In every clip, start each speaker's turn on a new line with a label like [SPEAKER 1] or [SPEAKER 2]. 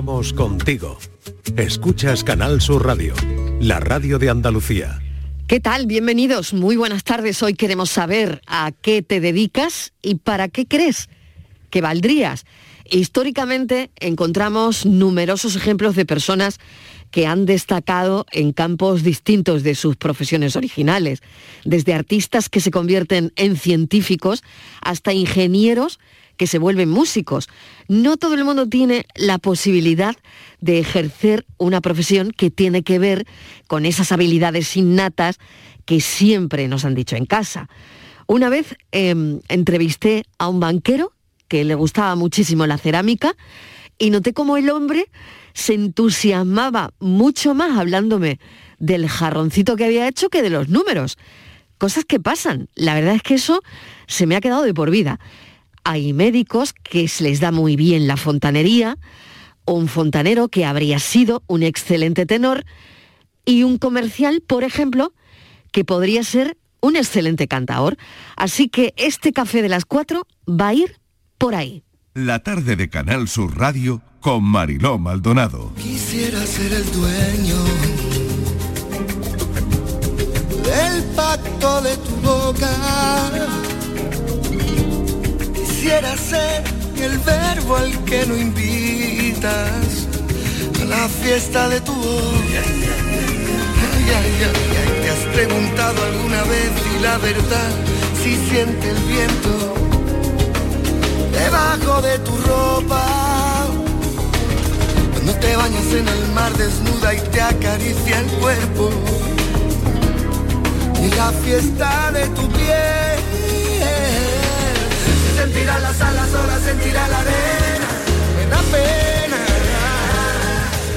[SPEAKER 1] Estamos contigo. Escuchas Canal Sur Radio, la radio de Andalucía.
[SPEAKER 2] ¿Qué tal? Bienvenidos. Muy buenas tardes. Hoy queremos saber a qué te dedicas y para qué crees que valdrías. Históricamente encontramos numerosos ejemplos de personas que han destacado en campos distintos de sus profesiones originales, desde artistas que se convierten en científicos hasta ingenieros que se vuelven músicos. No todo el mundo tiene la posibilidad de ejercer una profesión que tiene que ver con esas habilidades innatas que siempre nos han dicho en casa. Una vez eh, entrevisté a un banquero que le gustaba muchísimo la cerámica y noté cómo el hombre se entusiasmaba mucho más hablándome del jarroncito que había hecho que de los números. Cosas que pasan. La verdad es que eso se me ha quedado de por vida. Hay médicos que se les da muy bien la fontanería, un fontanero que habría sido un excelente tenor y un comercial, por ejemplo, que podría ser un excelente cantaor. Así que este café de las cuatro va a ir por ahí.
[SPEAKER 3] La tarde de Canal Sur Radio con Mariló Maldonado.
[SPEAKER 4] Quisiera ser el dueño del pacto de tu boca. Quisiera ser el verbo al que no invitas a la fiesta de tu voz. Ay, ay, ay, ay, ¿Te has preguntado alguna vez si la verdad si siente el viento debajo de tu ropa? Cuando te bañas en el mar desnuda y te acaricia el cuerpo y la fiesta de tu piel. Se sentirá las alas, ahora sentirá la arena, en la pena.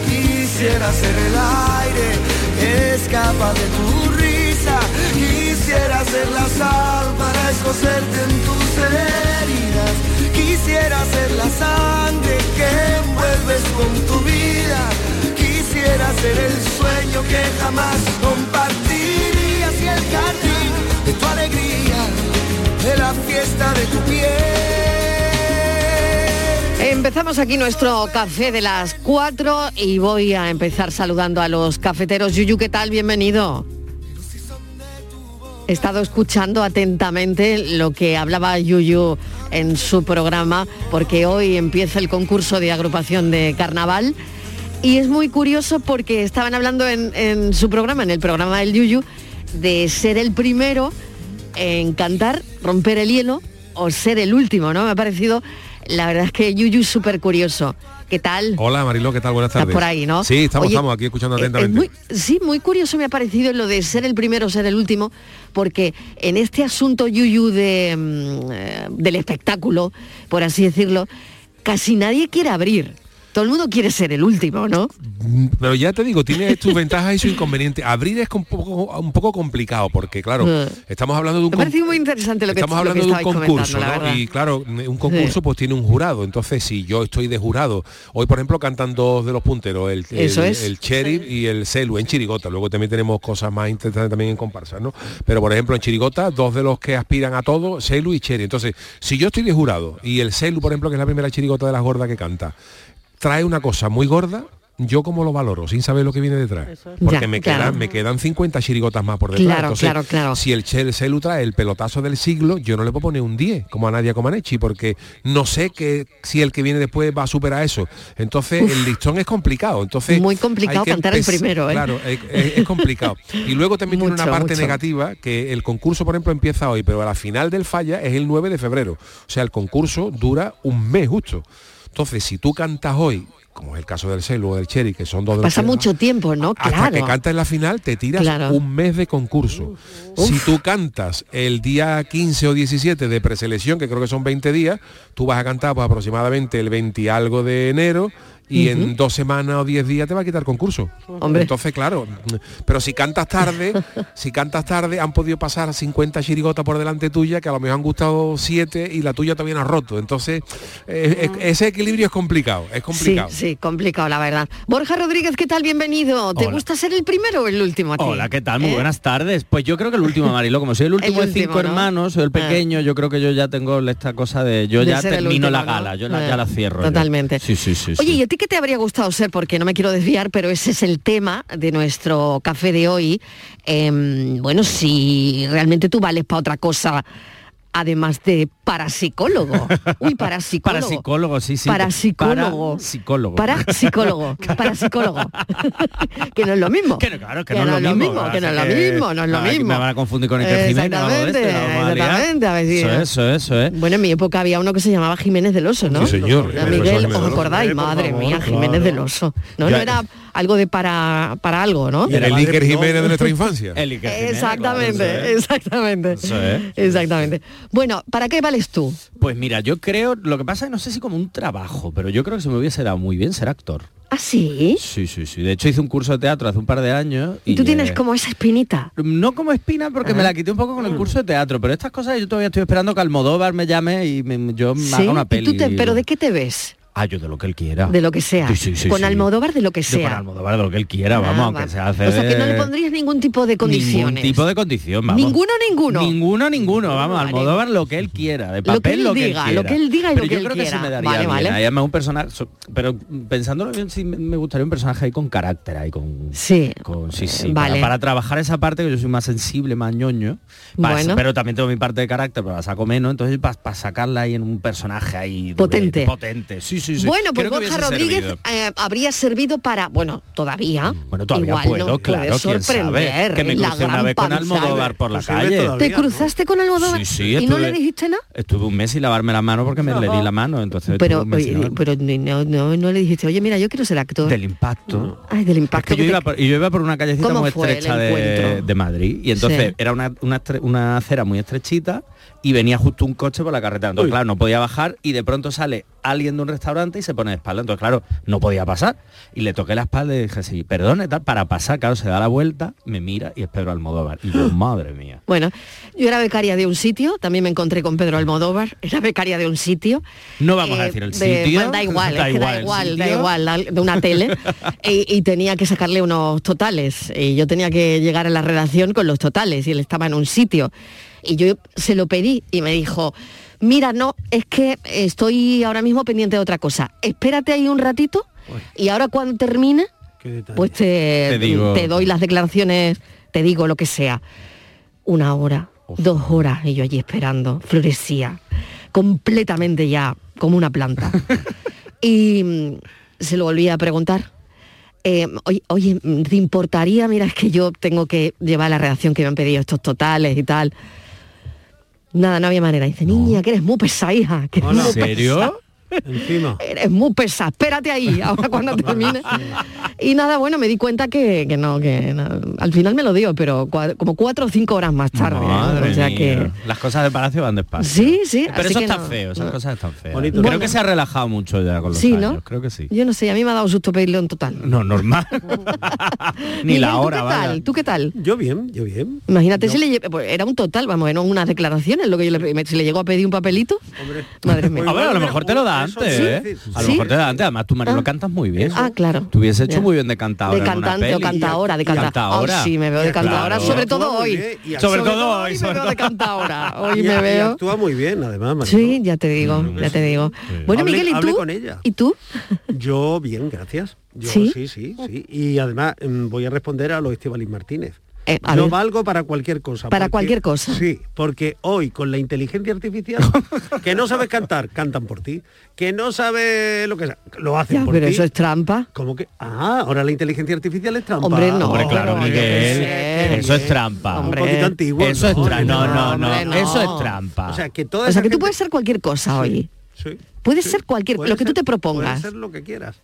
[SPEAKER 4] Quisiera ser el aire, escapa de tu risa. Quisiera ser la sal para escocerte en tus heridas. Quisiera ser la sangre que envuelves con tu vida. Quisiera ser el sueño que jamás compartirías y el jardín de tu alegría, de la fiesta de tu piel.
[SPEAKER 2] Empezamos aquí nuestro café de las 4 y voy a empezar saludando a los cafeteros. Yuyu, ¿qué tal? Bienvenido. He estado escuchando atentamente lo que hablaba Yuyu en su programa porque hoy empieza el concurso de agrupación de carnaval y es muy curioso porque estaban hablando en, en su programa, en el programa del Yuyu, de ser el primero en cantar, romper el hielo o ser el último, ¿no? Me ha parecido, la verdad es que Yuyu súper curioso. ¿Qué tal?
[SPEAKER 5] Hola Mariló, ¿qué tal? Buenas
[SPEAKER 2] Estás
[SPEAKER 5] tardes.
[SPEAKER 2] por ahí, ¿no?
[SPEAKER 5] Sí, estamos,
[SPEAKER 2] Oye,
[SPEAKER 5] estamos aquí escuchando
[SPEAKER 2] Eh, Es- es
[SPEAKER 5] atentamente.
[SPEAKER 2] muy- sí, muy curioso me ha parecido lo de ser el primero, ser el último, porque en este asunto yuyu de, mm, eh, del espectáculo, por así decirlo, casi nadie quiere abrir. Todo el mundo quiere ser el último, ¿no?
[SPEAKER 5] Mm, Pero ya te digo, tiene sus ventajas y sus inconvenientes. Abrir es un poco, un poco complicado porque, claro,
[SPEAKER 2] Mm.
[SPEAKER 5] estamos hablando de un
[SPEAKER 2] Me ha
[SPEAKER 5] con-
[SPEAKER 2] parecido muy interesante lo que,
[SPEAKER 5] Estamos
[SPEAKER 2] lo que
[SPEAKER 5] hablando de un
[SPEAKER 2] estabais
[SPEAKER 5] concurso,
[SPEAKER 2] comentando, la
[SPEAKER 5] ¿no?
[SPEAKER 2] verdad.
[SPEAKER 5] Y claro, n- un concurso pues tiene un jurado. Entonces, si yo estoy de jurado, hoy por ejemplo cantan dos de los punteros, el, el,
[SPEAKER 2] Eso es.
[SPEAKER 5] el Cherry y el Celu en Chirigota. Luego también tenemos cosas más interesantes también en comparsa, ¿no? Pero por ejemplo en Chirigota, dos de los que aspiran a todo, Celu y Cherry. Entonces, si yo estoy de jurado y el Celu, por ejemplo, que es la primera Chirigota de las gordas que canta, trae una cosa muy gorda. Yo como lo valoro, sin saber lo que viene detrás. Porque
[SPEAKER 2] Ya,
[SPEAKER 5] me,
[SPEAKER 2] claro.
[SPEAKER 5] quedan, me quedan 50 chirigotas más por detrás.
[SPEAKER 2] Claro,
[SPEAKER 5] Entonces,
[SPEAKER 2] claro, claro.
[SPEAKER 5] si el, Chel- Celu trae el pelotazo del siglo, yo no le puedo poner un 10, como a Nadia Comaneci, porque no sé que, si el que viene después va a superar eso. Entonces, el listón es complicado. Entonces,
[SPEAKER 2] Muy complicado
[SPEAKER 5] hay que
[SPEAKER 2] cantar el
[SPEAKER 5] empezar-
[SPEAKER 2] primero, ¿eh?
[SPEAKER 5] Claro, es, es- es complicado. Y luego también tiene
[SPEAKER 2] Mucho,
[SPEAKER 5] una parte
[SPEAKER 2] mucho.
[SPEAKER 5] negativa, que el concurso, por ejemplo, empieza hoy, pero a la final del falla es el 9 de febrero. O sea, el concurso dura un mes justo. Entonces, si tú cantas hoy, como es el caso del Celu o del Cherry, que son dos de los
[SPEAKER 2] Pasa
[SPEAKER 5] que-
[SPEAKER 2] mucho tiempo, ¿no?
[SPEAKER 5] hasta
[SPEAKER 2] Claro.
[SPEAKER 5] que cantas la final te tiras
[SPEAKER 2] Claro.
[SPEAKER 5] un mes de concurso. Si tú cantas el día 15 o 17 de preselección, que creo que son 20 días, tú vas a cantar pues, aproximadamente el 20 y algo de enero y en dos semanas o diez días te va a quitar concurso.
[SPEAKER 2] Hombre.
[SPEAKER 5] Entonces, claro, pero si cantas tarde, si cantas tarde, han podido pasar 50 chirigotas por delante tuya, que a lo mejor han gustado 7 y la tuya todavía no ha roto. Entonces, eh, es- ese equilibrio es complicado, es
[SPEAKER 2] Ah. Sí,
[SPEAKER 5] complicado.
[SPEAKER 2] sí, complicado, la verdad. Borja Rodríguez, ¿qué tal? Bienvenido. ¿Te
[SPEAKER 6] Hola.
[SPEAKER 2] gusta ser el primero o el último a ti?
[SPEAKER 6] Hola, ¿qué tal? Muy
[SPEAKER 2] ¿Eh?
[SPEAKER 6] buenas tardes. Pues yo creo que el último, Marilo, como soy el último
[SPEAKER 2] El
[SPEAKER 6] de
[SPEAKER 2] último,
[SPEAKER 6] cinco
[SPEAKER 2] ¿no? Ah.
[SPEAKER 6] hermanos, soy el pequeño, yo creo que yo ya tengo esta cosa de yo
[SPEAKER 2] De
[SPEAKER 6] ya
[SPEAKER 2] ser el
[SPEAKER 6] termino
[SPEAKER 2] último,
[SPEAKER 6] la
[SPEAKER 2] ¿no?
[SPEAKER 6] gala, yo la-
[SPEAKER 2] Eh,
[SPEAKER 6] ya la cierro. yo.
[SPEAKER 2] totalmente.
[SPEAKER 6] Sí, sí, sí.
[SPEAKER 2] Oye,
[SPEAKER 6] sí.
[SPEAKER 2] y ti qué te habría gustado ser? Porque no me quiero desviar, pero ese es el tema de nuestro café de hoy. Em, bueno, si realmente tú vales para otra cosa, además de parapsicólogo. Uy, parapsicólogo.
[SPEAKER 6] Parapsicólogo, sí, sí.
[SPEAKER 2] Parapsicólogo.
[SPEAKER 6] Parapsicólogo.
[SPEAKER 2] Parapsicólogo. Parapsicólogo. que no es lo mismo.
[SPEAKER 6] Que no, claro, que, no, es lo mismo.
[SPEAKER 2] que no es
[SPEAKER 6] o sea
[SPEAKER 2] lo
[SPEAKER 6] que-
[SPEAKER 2] mismo, no es lo
[SPEAKER 6] nada, que
[SPEAKER 2] mismo.
[SPEAKER 6] Me van a confundir con el crecimiento.
[SPEAKER 2] Exactamente, exactamente, a ver si-
[SPEAKER 6] Eso es, eso es, eso es.
[SPEAKER 2] Bueno, en mi época había uno que se llamaba Jiménez del Oso, ¿no?
[SPEAKER 5] Sí, señor,
[SPEAKER 2] Era
[SPEAKER 5] el profesor
[SPEAKER 2] Miguel,
[SPEAKER 5] Jiménez
[SPEAKER 2] ¿os
[SPEAKER 5] del Oso.
[SPEAKER 2] acordáis?
[SPEAKER 7] Hombre, por
[SPEAKER 2] Madre
[SPEAKER 7] favor,
[SPEAKER 2] mía, Jiménez
[SPEAKER 7] claro.
[SPEAKER 2] del Oso. No, no
[SPEAKER 7] Ya-
[SPEAKER 2] era algo de para, para algo, ¿no?
[SPEAKER 5] Era el
[SPEAKER 7] Madre-
[SPEAKER 5] Iker Jiménez de nuestra
[SPEAKER 7] no.
[SPEAKER 5] infancia.
[SPEAKER 6] El Iker Jiménez,
[SPEAKER 2] Exactamente,
[SPEAKER 6] claro, eso es.
[SPEAKER 2] exactamente.
[SPEAKER 6] Eso es.
[SPEAKER 2] Exactamente. Bueno, ¿para qué vales tú?
[SPEAKER 6] Pues mira, yo creo, lo que pasa es que no sé si como un trabajo, pero yo creo que se me hubiese dado muy bien ser actor.
[SPEAKER 2] ¿Ah, sí?
[SPEAKER 6] Sí, sí, sí. De hecho hice un curso de teatro hace un par de años.
[SPEAKER 2] Y tú tienes
[SPEAKER 6] eh,
[SPEAKER 2] como esa espinita. Ah.
[SPEAKER 6] No como espina porque me la quité un poco con
[SPEAKER 2] Mm.
[SPEAKER 6] el curso de teatro, pero estas cosas yo todavía estoy esperando que Almodóvar me llame y me- yo me
[SPEAKER 2] ¿Sí?
[SPEAKER 6] haga una
[SPEAKER 2] ¿Y
[SPEAKER 6] peli.
[SPEAKER 2] tú te- ¿Pero de qué te ves?
[SPEAKER 6] Ah, yo de lo que él quiera.
[SPEAKER 2] De lo que sea.
[SPEAKER 6] Sí, sí, sí,
[SPEAKER 2] con
[SPEAKER 6] sí.
[SPEAKER 2] Almodóvar de lo que
[SPEAKER 6] Yo con
[SPEAKER 2] sea.
[SPEAKER 6] Almodóvar de lo que él quiera,
[SPEAKER 2] Ah,
[SPEAKER 6] vamos, aunque
[SPEAKER 2] va.
[SPEAKER 6] se hace
[SPEAKER 2] O sea que no le
[SPEAKER 6] de-
[SPEAKER 2] pondrías ningún tipo de condiciones.
[SPEAKER 6] Ningún tipo de condición, vamos.
[SPEAKER 2] Ninguno, ninguno.
[SPEAKER 6] Ninguno, ninguno, vamos,
[SPEAKER 2] Vale.
[SPEAKER 6] Almodóvar lo que él quiera, de
[SPEAKER 2] Lo que él
[SPEAKER 6] papel lo que él,
[SPEAKER 2] diga,
[SPEAKER 6] quiera.
[SPEAKER 2] lo que él diga y
[SPEAKER 6] pero
[SPEAKER 2] lo que
[SPEAKER 6] yo
[SPEAKER 2] él
[SPEAKER 6] creo que
[SPEAKER 2] quiera.
[SPEAKER 6] se me daría
[SPEAKER 2] Vale,
[SPEAKER 6] bien.
[SPEAKER 2] vale.
[SPEAKER 6] Ahí Además un personaje, so- pero pensándolo bien, sí me- me gustaría un personaje ahí con carácter, ahí con...
[SPEAKER 2] Sí.
[SPEAKER 6] con- sí, sí,
[SPEAKER 2] Vale.
[SPEAKER 6] para, para trabajar esa parte que yo soy más sensible, más ñoño, para
[SPEAKER 2] Bueno.
[SPEAKER 6] sa- pero también tengo mi parte de carácter, pero la saco menos, entonces para sacarla ahí en un personaje ahí de-
[SPEAKER 2] Potente.
[SPEAKER 6] potente, sí, sí, sí.
[SPEAKER 2] Bueno, pues
[SPEAKER 6] Creo que
[SPEAKER 2] Borja
[SPEAKER 6] hubiese
[SPEAKER 2] Rodríguez
[SPEAKER 6] servido.
[SPEAKER 2] eh, habría servido para, bueno, todavía.
[SPEAKER 6] Bueno, todavía
[SPEAKER 2] igual
[SPEAKER 6] puedo,
[SPEAKER 2] no
[SPEAKER 6] claro,
[SPEAKER 2] puede
[SPEAKER 6] quién
[SPEAKER 2] sorprender
[SPEAKER 6] sabe. Que me
[SPEAKER 2] la
[SPEAKER 6] crucé una
[SPEAKER 2] gran
[SPEAKER 6] vez con
[SPEAKER 2] panza.
[SPEAKER 6] Almodóvar por la
[SPEAKER 7] Posible
[SPEAKER 6] calle.
[SPEAKER 7] todavía.
[SPEAKER 2] ¿Te cruzaste con Almodóvar
[SPEAKER 6] Sí, sí,
[SPEAKER 2] y no le
[SPEAKER 6] estuve-
[SPEAKER 2] dijiste nada?
[SPEAKER 6] Estuve un mes sin lavarme las manos porque me le di la mano, entonces
[SPEAKER 2] Pero,
[SPEAKER 6] estuve un mes sin
[SPEAKER 2] oye,
[SPEAKER 6] lavarme.
[SPEAKER 2] pero ni- no, no, no le dijiste, oye, mira, yo quiero ser actor.
[SPEAKER 6] del impacto.
[SPEAKER 2] Ay, del
[SPEAKER 6] Es
[SPEAKER 2] impacto.
[SPEAKER 6] que yo
[SPEAKER 2] que
[SPEAKER 6] iba,
[SPEAKER 2] te-
[SPEAKER 6] por, y yo iba por una callecita
[SPEAKER 2] ¿Cómo
[SPEAKER 6] muy
[SPEAKER 2] fue el
[SPEAKER 6] estrecha de,
[SPEAKER 2] encuentro?
[SPEAKER 6] de Madrid y entonces
[SPEAKER 2] Sí.
[SPEAKER 6] era una, una, estre- una acera muy estrechita y venía justo un coche por la carretera. Entonces, claro, no podía bajar y de pronto sale alguien de un restaurante y se pone de espalda. Entonces, claro, no podía pasar. Y le toqué la espalda y dije, sí, perdone, tal, para pasar. Claro, se da la vuelta, me mira y es Pedro Almodóvar. Y yo, madre mía.
[SPEAKER 2] Bueno, yo era becaria de un sitio, también me encontré con Pedro Almodóvar, era becaria de un sitio.
[SPEAKER 6] No vamos a
[SPEAKER 2] Eh,
[SPEAKER 6] decir el
[SPEAKER 2] de-
[SPEAKER 6] sitio.
[SPEAKER 2] bueno, da igual, es que da
[SPEAKER 6] el
[SPEAKER 2] igual, da
[SPEAKER 6] sitio.
[SPEAKER 2] igual, da- de una tele. y, y tenía que sacarle unos totales. Y yo tenía que llegar a la redacción con los totales y él estaba en un sitio. Y yo se lo pedí y me dijo, mira, no, es que estoy ahora mismo pendiente de otra cosa. Espérate ahí un ratito y ahora cuando termine,
[SPEAKER 7] Qué detalle.
[SPEAKER 2] pues te,
[SPEAKER 6] Te digo-
[SPEAKER 2] te doy las declaraciones, te digo lo que sea. Una hora, dos horas, y yo allí esperando, florecía, completamente ya como una planta. y mm, se lo volví a preguntar. eh, oye, oye, mm, ¿te importaría? Mira, es que yo tengo que llevar la redacción que me han pedido estos totales y tal. Nada, no había manera. Dice, niña, que eres muy pesada, hija. que eres
[SPEAKER 7] Hola.
[SPEAKER 2] muy
[SPEAKER 6] ¿En serio?
[SPEAKER 7] Encima.
[SPEAKER 2] Eres muy pesada, espérate ahí, ahora cuando termine. Y nada, bueno, me di cuenta que, que no, que no. al final me lo dio, pero cua- como cuatro o cinco horas más tarde. ¿no?
[SPEAKER 6] Madre
[SPEAKER 2] o sea
[SPEAKER 6] mía.
[SPEAKER 2] que.
[SPEAKER 6] Las cosas de palacio van despacio.
[SPEAKER 2] Sí, sí,
[SPEAKER 6] Pero
[SPEAKER 2] así
[SPEAKER 6] eso
[SPEAKER 2] que
[SPEAKER 6] está
[SPEAKER 2] no,
[SPEAKER 6] feo, esas
[SPEAKER 2] no.
[SPEAKER 6] cosas están feas.
[SPEAKER 7] Bonito.
[SPEAKER 6] Creo
[SPEAKER 2] Bueno.
[SPEAKER 6] que se ha relajado mucho ya con los
[SPEAKER 2] Sí,
[SPEAKER 6] años,
[SPEAKER 2] ¿no?
[SPEAKER 6] creo que sí.
[SPEAKER 2] Yo no sé, a mí me ha dado susto pedirle un total.
[SPEAKER 6] No, normal. Ni
[SPEAKER 2] Miguel,
[SPEAKER 6] la hora,
[SPEAKER 2] ¿tú qué
[SPEAKER 6] vaya.
[SPEAKER 2] tal? ¿Tú qué tal?
[SPEAKER 7] Yo bien, yo bien.
[SPEAKER 2] Imagínate si le lle- pues era un total, vamos, eran unas declaraciones, lo que yo le, si le llegó a pedir un papelito.
[SPEAKER 7] Hombre.
[SPEAKER 2] Madre mía.
[SPEAKER 6] A ver, a lo mejor te lo da
[SPEAKER 7] Eso
[SPEAKER 6] antes,
[SPEAKER 7] sí,
[SPEAKER 6] ¿eh?
[SPEAKER 7] sí, sí.
[SPEAKER 6] A lo
[SPEAKER 2] ¿Sí?
[SPEAKER 6] mejor te lo da antes. Además, tú, María,
[SPEAKER 2] Ah.
[SPEAKER 6] lo cantas muy bien.
[SPEAKER 2] Ah, claro.
[SPEAKER 6] Tú hubiese hecho
[SPEAKER 2] Ya.
[SPEAKER 6] muy bien de cantadora
[SPEAKER 2] De
[SPEAKER 6] en una
[SPEAKER 2] cantante o
[SPEAKER 6] peli.
[SPEAKER 2] cantadora, de
[SPEAKER 6] Y
[SPEAKER 2] cantadora.
[SPEAKER 6] cantadora.
[SPEAKER 2] sí, me veo de
[SPEAKER 6] Claro.
[SPEAKER 2] cantadora, sobre todo
[SPEAKER 7] Actúa muy
[SPEAKER 2] hoy.
[SPEAKER 7] bien y actúa
[SPEAKER 6] Sobre todo hoy,
[SPEAKER 2] hoy me
[SPEAKER 6] sobre
[SPEAKER 2] veo de
[SPEAKER 6] todo.
[SPEAKER 2] cantadora. Hoy
[SPEAKER 7] Y-
[SPEAKER 2] me
[SPEAKER 7] y
[SPEAKER 2] veo.
[SPEAKER 7] actúa muy bien, además. Mariló.
[SPEAKER 2] Sí, ya te digo,
[SPEAKER 6] Mm,
[SPEAKER 2] ya te digo. Bueno,
[SPEAKER 7] Hable-
[SPEAKER 2] Miguel, ¿y
[SPEAKER 7] hable
[SPEAKER 2] tú?
[SPEAKER 7] con ella.
[SPEAKER 2] ¿Y tú?
[SPEAKER 7] Yo bien, gracias. Yo
[SPEAKER 2] ¿Sí?
[SPEAKER 7] sí, sí, sí. Y además mm, voy a responder a lo Estebalín Martínez.
[SPEAKER 2] Eh, a
[SPEAKER 7] Yo
[SPEAKER 2] ver.
[SPEAKER 7] valgo para cualquier cosa.
[SPEAKER 2] Para cualquier cosa.
[SPEAKER 7] Sí, porque hoy con la inteligencia artificial, que no sabes cantar, cantan por ti. Que no sabes lo que sea, lo hacen
[SPEAKER 2] Ya,
[SPEAKER 7] por
[SPEAKER 2] pero
[SPEAKER 7] ti.
[SPEAKER 2] eso es trampa.
[SPEAKER 7] ¿Cómo que? Ah, ahora la inteligencia artificial es trampa.
[SPEAKER 2] Hombre, no.
[SPEAKER 6] Hombre, claro,
[SPEAKER 2] Hombre,
[SPEAKER 6] Miguel.
[SPEAKER 2] sí.
[SPEAKER 6] Eso es trampa.
[SPEAKER 7] Un
[SPEAKER 2] Hombre.
[SPEAKER 7] poquito antiguo.
[SPEAKER 6] Eso es trampa. No, no, no.
[SPEAKER 2] Hombre, no.
[SPEAKER 6] Eso es trampa.
[SPEAKER 7] O sea, que toda
[SPEAKER 2] O sea,
[SPEAKER 7] esa
[SPEAKER 2] que tú
[SPEAKER 7] gente-
[SPEAKER 2] puedes ser cualquier cosa hoy.
[SPEAKER 7] Sí,
[SPEAKER 2] Puedes ser cualquier-
[SPEAKER 7] puede
[SPEAKER 2] lo que tú
[SPEAKER 7] ser-
[SPEAKER 2] te propongas.
[SPEAKER 7] Puede ser lo que quieras.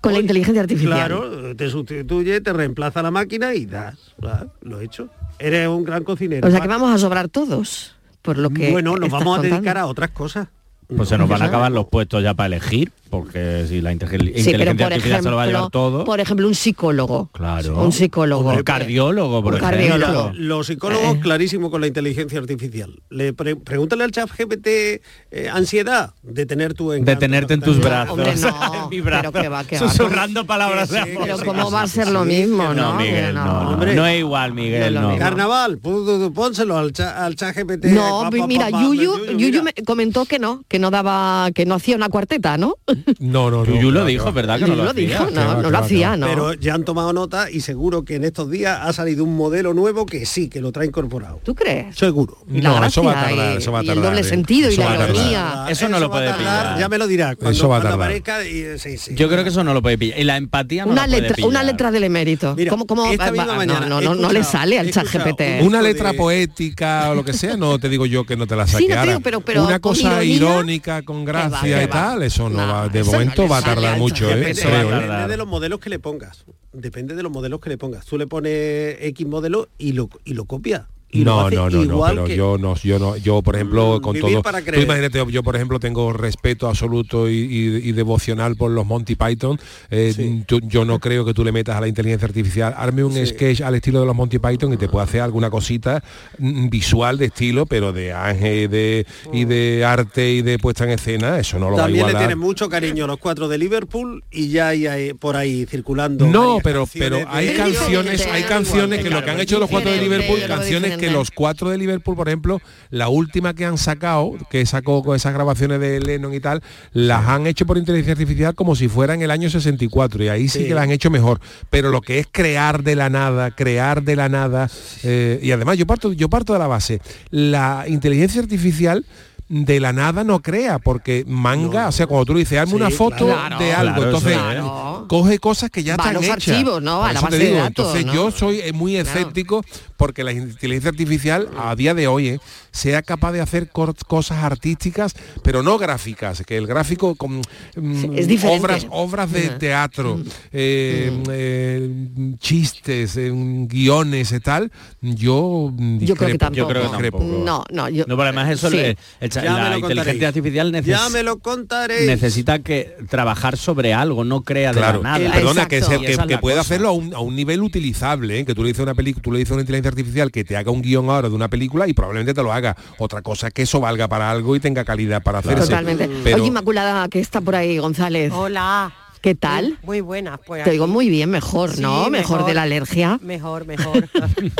[SPEAKER 2] Con la
[SPEAKER 7] Hoy,
[SPEAKER 2] inteligencia artificial.
[SPEAKER 7] Claro, te sustituye, te reemplaza la máquina y das. ¿verdad? Lo he hecho. Eres un gran cocinero.
[SPEAKER 2] O sea, que vamos a sobrar todos, por lo que
[SPEAKER 7] Bueno, nos
[SPEAKER 2] estás
[SPEAKER 7] vamos a dedicar
[SPEAKER 2] contando.
[SPEAKER 7] a otras cosas.
[SPEAKER 6] Pues se nos van a acabar los puestos ya para elegir, porque si la intel-
[SPEAKER 2] Sí,
[SPEAKER 6] inteligencia
[SPEAKER 2] pero por
[SPEAKER 6] artificial se lo va a
[SPEAKER 2] ejemplo,
[SPEAKER 6] llevar todo.
[SPEAKER 2] por ejemplo, un psicólogo.
[SPEAKER 6] Claro.
[SPEAKER 2] Un psicólogo.
[SPEAKER 6] Un cardiólogo, por
[SPEAKER 2] Un
[SPEAKER 6] ejemplo.
[SPEAKER 2] cardiólogo.
[SPEAKER 7] Mira, los psicólogos
[SPEAKER 2] Eh.
[SPEAKER 7] clarísimo con la inteligencia artificial. Le pre- pregúntale al chat GPT eh, ansiedad de tener tu encanto.
[SPEAKER 6] Detenerte en tus
[SPEAKER 7] No,
[SPEAKER 6] brazos.
[SPEAKER 2] hombre, no.
[SPEAKER 6] en mi brazo.
[SPEAKER 2] Pero que va, que va.
[SPEAKER 6] Susurrando palabras
[SPEAKER 7] Sí,
[SPEAKER 6] de
[SPEAKER 7] sí,
[SPEAKER 6] amor.
[SPEAKER 2] Pero
[SPEAKER 7] Sí,
[SPEAKER 2] cómo
[SPEAKER 7] sí,
[SPEAKER 2] va a
[SPEAKER 7] sí,
[SPEAKER 2] ser
[SPEAKER 7] sí,
[SPEAKER 2] lo
[SPEAKER 7] sí,
[SPEAKER 2] mismo,
[SPEAKER 7] que
[SPEAKER 2] ¿no?
[SPEAKER 6] No,
[SPEAKER 2] Que
[SPEAKER 6] Miguel, no, no,
[SPEAKER 7] hombre.
[SPEAKER 6] no es igual,
[SPEAKER 2] Ah, No es
[SPEAKER 6] Miguel,
[SPEAKER 2] lo
[SPEAKER 6] no.
[SPEAKER 2] mismo.
[SPEAKER 7] Carnaval, pú, pú, pú, pónselo al chat, al chat GPT.
[SPEAKER 2] No,
[SPEAKER 7] pa,
[SPEAKER 2] pues
[SPEAKER 7] pa,
[SPEAKER 2] mira,
[SPEAKER 7] pa, pa,
[SPEAKER 2] Yuyu,
[SPEAKER 7] mira.
[SPEAKER 2] Yuyu me comentó que no, que no daba, que no hacía una cuarteta, ¿no?
[SPEAKER 5] No, no, no.
[SPEAKER 6] Tuyú lo
[SPEAKER 5] claro,
[SPEAKER 6] dijo,
[SPEAKER 5] claro.
[SPEAKER 6] ¿verdad? Que no
[SPEAKER 2] Yo
[SPEAKER 6] lo
[SPEAKER 2] lo
[SPEAKER 6] hacía.
[SPEAKER 2] dijo, no,
[SPEAKER 5] va,
[SPEAKER 2] no
[SPEAKER 5] que
[SPEAKER 2] lo
[SPEAKER 5] va, que
[SPEAKER 2] hacía,
[SPEAKER 5] va.
[SPEAKER 2] ¿no?
[SPEAKER 7] Pero ya han tomado nota y seguro que en estos días ha salido un modelo nuevo que sí, que lo trae incorporado.
[SPEAKER 2] ¿Tú crees?
[SPEAKER 7] Seguro.
[SPEAKER 2] Y la
[SPEAKER 5] No, eso va a
[SPEAKER 2] gracia,
[SPEAKER 5] tardar,
[SPEAKER 2] eh,
[SPEAKER 5] eso va a
[SPEAKER 2] y el
[SPEAKER 5] tardar,
[SPEAKER 2] doble
[SPEAKER 5] eh.
[SPEAKER 2] sentido y
[SPEAKER 5] Eso
[SPEAKER 2] la
[SPEAKER 5] va a tardar.
[SPEAKER 2] ironía.
[SPEAKER 6] Eso no lo
[SPEAKER 7] va a
[SPEAKER 6] puede
[SPEAKER 7] tardar,
[SPEAKER 6] pillar.
[SPEAKER 7] Ya me lo dirá. Cuando,
[SPEAKER 5] Eso va a
[SPEAKER 7] cuando
[SPEAKER 5] tardar.
[SPEAKER 7] aparezca, y- sí, sí.
[SPEAKER 6] Yo creo que eso no lo puede pillar. Y la empatía no
[SPEAKER 2] Una
[SPEAKER 6] la puede
[SPEAKER 2] letra, una
[SPEAKER 6] pillar.
[SPEAKER 2] letra del emérito.
[SPEAKER 7] Mira,
[SPEAKER 2] ¿Cómo, cómo
[SPEAKER 7] esta
[SPEAKER 2] va-
[SPEAKER 7] misma
[SPEAKER 2] va-
[SPEAKER 7] mañana
[SPEAKER 2] no, no,
[SPEAKER 7] he
[SPEAKER 2] no, no le
[SPEAKER 7] escuchado-
[SPEAKER 2] sale al
[SPEAKER 7] he
[SPEAKER 2] chat
[SPEAKER 7] escuchado
[SPEAKER 2] GPT.
[SPEAKER 7] un-
[SPEAKER 5] Una
[SPEAKER 7] Esto
[SPEAKER 5] letra
[SPEAKER 7] de-
[SPEAKER 5] poética o lo que sea, no te digo yo que no te la saque
[SPEAKER 2] no te
[SPEAKER 5] ahora.
[SPEAKER 2] digo, pero- pero
[SPEAKER 5] Una
[SPEAKER 2] con
[SPEAKER 5] cosa
[SPEAKER 2] ironía,
[SPEAKER 5] irónica, con
[SPEAKER 2] que va,
[SPEAKER 5] gracia
[SPEAKER 2] que
[SPEAKER 5] y
[SPEAKER 2] va.
[SPEAKER 5] tal, eso no
[SPEAKER 2] No,
[SPEAKER 5] va, de
[SPEAKER 2] eso no
[SPEAKER 5] momento
[SPEAKER 2] le
[SPEAKER 5] va a
[SPEAKER 2] sale
[SPEAKER 5] tardar
[SPEAKER 2] al
[SPEAKER 5] mucho,
[SPEAKER 2] chat
[SPEAKER 5] ¿eh?
[SPEAKER 2] GPT.
[SPEAKER 5] Eso
[SPEAKER 6] va a
[SPEAKER 5] veo, ¿eh?
[SPEAKER 6] tardar.
[SPEAKER 7] Depende de los modelos que le pongas. Depende de los modelos que le pongas. Tú le pones X modelo y lo, y lo copias. Y lo
[SPEAKER 5] No,
[SPEAKER 7] hace
[SPEAKER 5] no, no, no,
[SPEAKER 7] igual
[SPEAKER 5] pero
[SPEAKER 7] que-
[SPEAKER 5] yo no, yo no, yo por ejemplo
[SPEAKER 7] Mm,
[SPEAKER 5] con
[SPEAKER 7] vivir
[SPEAKER 5] todo.
[SPEAKER 7] para
[SPEAKER 5] tú
[SPEAKER 7] creer.
[SPEAKER 5] imagínate, yo por ejemplo tengo respeto absoluto y, y- y devocional por los Monty Python. eh, tú- yo no creo que tú le metas a la inteligencia artificial, arme un sketch al estilo de los Monty Python y te puede hacer alguna cosita mm, visual de estilo, pero de ángel y de, y de arte y de puesta en escena, eso no lo
[SPEAKER 7] Mm. También
[SPEAKER 5] va a
[SPEAKER 7] le
[SPEAKER 5] igualar.
[SPEAKER 7] tienen mucho cariño a los cuatro de Liverpool y ya hay, ahí- por ahí circulando.
[SPEAKER 5] No,
[SPEAKER 7] varias
[SPEAKER 5] pero
[SPEAKER 7] canciones
[SPEAKER 5] pero
[SPEAKER 7] de-
[SPEAKER 5] hay
[SPEAKER 2] Es
[SPEAKER 5] canciones,
[SPEAKER 2] diferente,
[SPEAKER 5] hay
[SPEAKER 2] es
[SPEAKER 5] canciones
[SPEAKER 2] igual,
[SPEAKER 5] que lo
[SPEAKER 2] claro,
[SPEAKER 5] que han
[SPEAKER 2] es
[SPEAKER 5] hecho los cuatro de
[SPEAKER 2] diferente,
[SPEAKER 5] Liverpool,
[SPEAKER 2] es algo
[SPEAKER 5] canciones que
[SPEAKER 2] diferente.
[SPEAKER 5] los cuatro de Liverpool, por ejemplo, la última que han sacado, que sacó con esas grabaciones de Lennon y tal, las han hecho por inteligencia artificial como si fueran el año 64 y ahí sí,
[SPEAKER 7] Sí.
[SPEAKER 5] que las han hecho mejor. Pero lo que es crear de la nada, crear de la nada eh, y además yo parto yo parto de la base, la inteligencia artificial de la nada no crea porque manga, o sea, cuando tú le dices, hazme
[SPEAKER 7] Sí,
[SPEAKER 5] una foto
[SPEAKER 2] claro.
[SPEAKER 5] de algo,
[SPEAKER 6] Claro, eso
[SPEAKER 5] entonces
[SPEAKER 2] es.
[SPEAKER 5] coge cosas que ya
[SPEAKER 2] Va a
[SPEAKER 5] están
[SPEAKER 2] los
[SPEAKER 5] hechas.
[SPEAKER 2] archivos, ¿no?
[SPEAKER 5] Por
[SPEAKER 2] A la
[SPEAKER 5] eso te
[SPEAKER 2] base de
[SPEAKER 5] digo,
[SPEAKER 2] datos,
[SPEAKER 5] Entonces
[SPEAKER 2] ¿no?
[SPEAKER 5] yo soy eh, muy escéptico porque la inteligencia artificial a día de hoy eh, sea capaz de hacer cor- cosas artísticas, pero no gráficas, que el gráfico con mm,
[SPEAKER 2] es diferente.
[SPEAKER 5] obras, obras de
[SPEAKER 2] Ajá. Mm.
[SPEAKER 5] teatro, eh, eh, chistes, eh, guiones y tal, yo mm,
[SPEAKER 2] Yo creo que
[SPEAKER 5] discrepo,
[SPEAKER 2] tampoco.
[SPEAKER 6] Yo creo que
[SPEAKER 5] discrepo.
[SPEAKER 6] tampoco.
[SPEAKER 2] No, no, yo.
[SPEAKER 6] No, pero además eso
[SPEAKER 2] Sí.
[SPEAKER 6] le- el cha-
[SPEAKER 7] Ya me
[SPEAKER 6] la
[SPEAKER 7] lo contaréis.
[SPEAKER 6] inteligencia artificial neces-
[SPEAKER 7] Ya me lo contaréis.
[SPEAKER 6] necesita que trabajar sobre algo, no crea de
[SPEAKER 5] Claro,
[SPEAKER 6] la nada.
[SPEAKER 5] Eh,
[SPEAKER 2] Exacto.
[SPEAKER 5] perdona, que, se-
[SPEAKER 6] Y
[SPEAKER 5] que-
[SPEAKER 6] esa es
[SPEAKER 5] que
[SPEAKER 6] la
[SPEAKER 5] puede
[SPEAKER 6] cosa.
[SPEAKER 5] hacerlo a un, a un nivel utilizable, ¿eh? que tú le dices a una película, tú le dices a una inteligencia artificial que te haga un guión ahora de una película y probablemente te lo haga. Otra cosa es que eso valga para algo y tenga calidad para hacerse.
[SPEAKER 2] Totalmente.
[SPEAKER 5] Pero
[SPEAKER 2] Oye, Inmaculada, que está por ahí, González.
[SPEAKER 8] Hola.
[SPEAKER 2] ¿Qué tal?
[SPEAKER 8] Muy buenas. Pues
[SPEAKER 2] Te
[SPEAKER 8] aquí.
[SPEAKER 2] digo muy bien, mejor,
[SPEAKER 8] Sí,
[SPEAKER 2] ¿no? Mejor, de la alergia.
[SPEAKER 8] Mejor, mejor.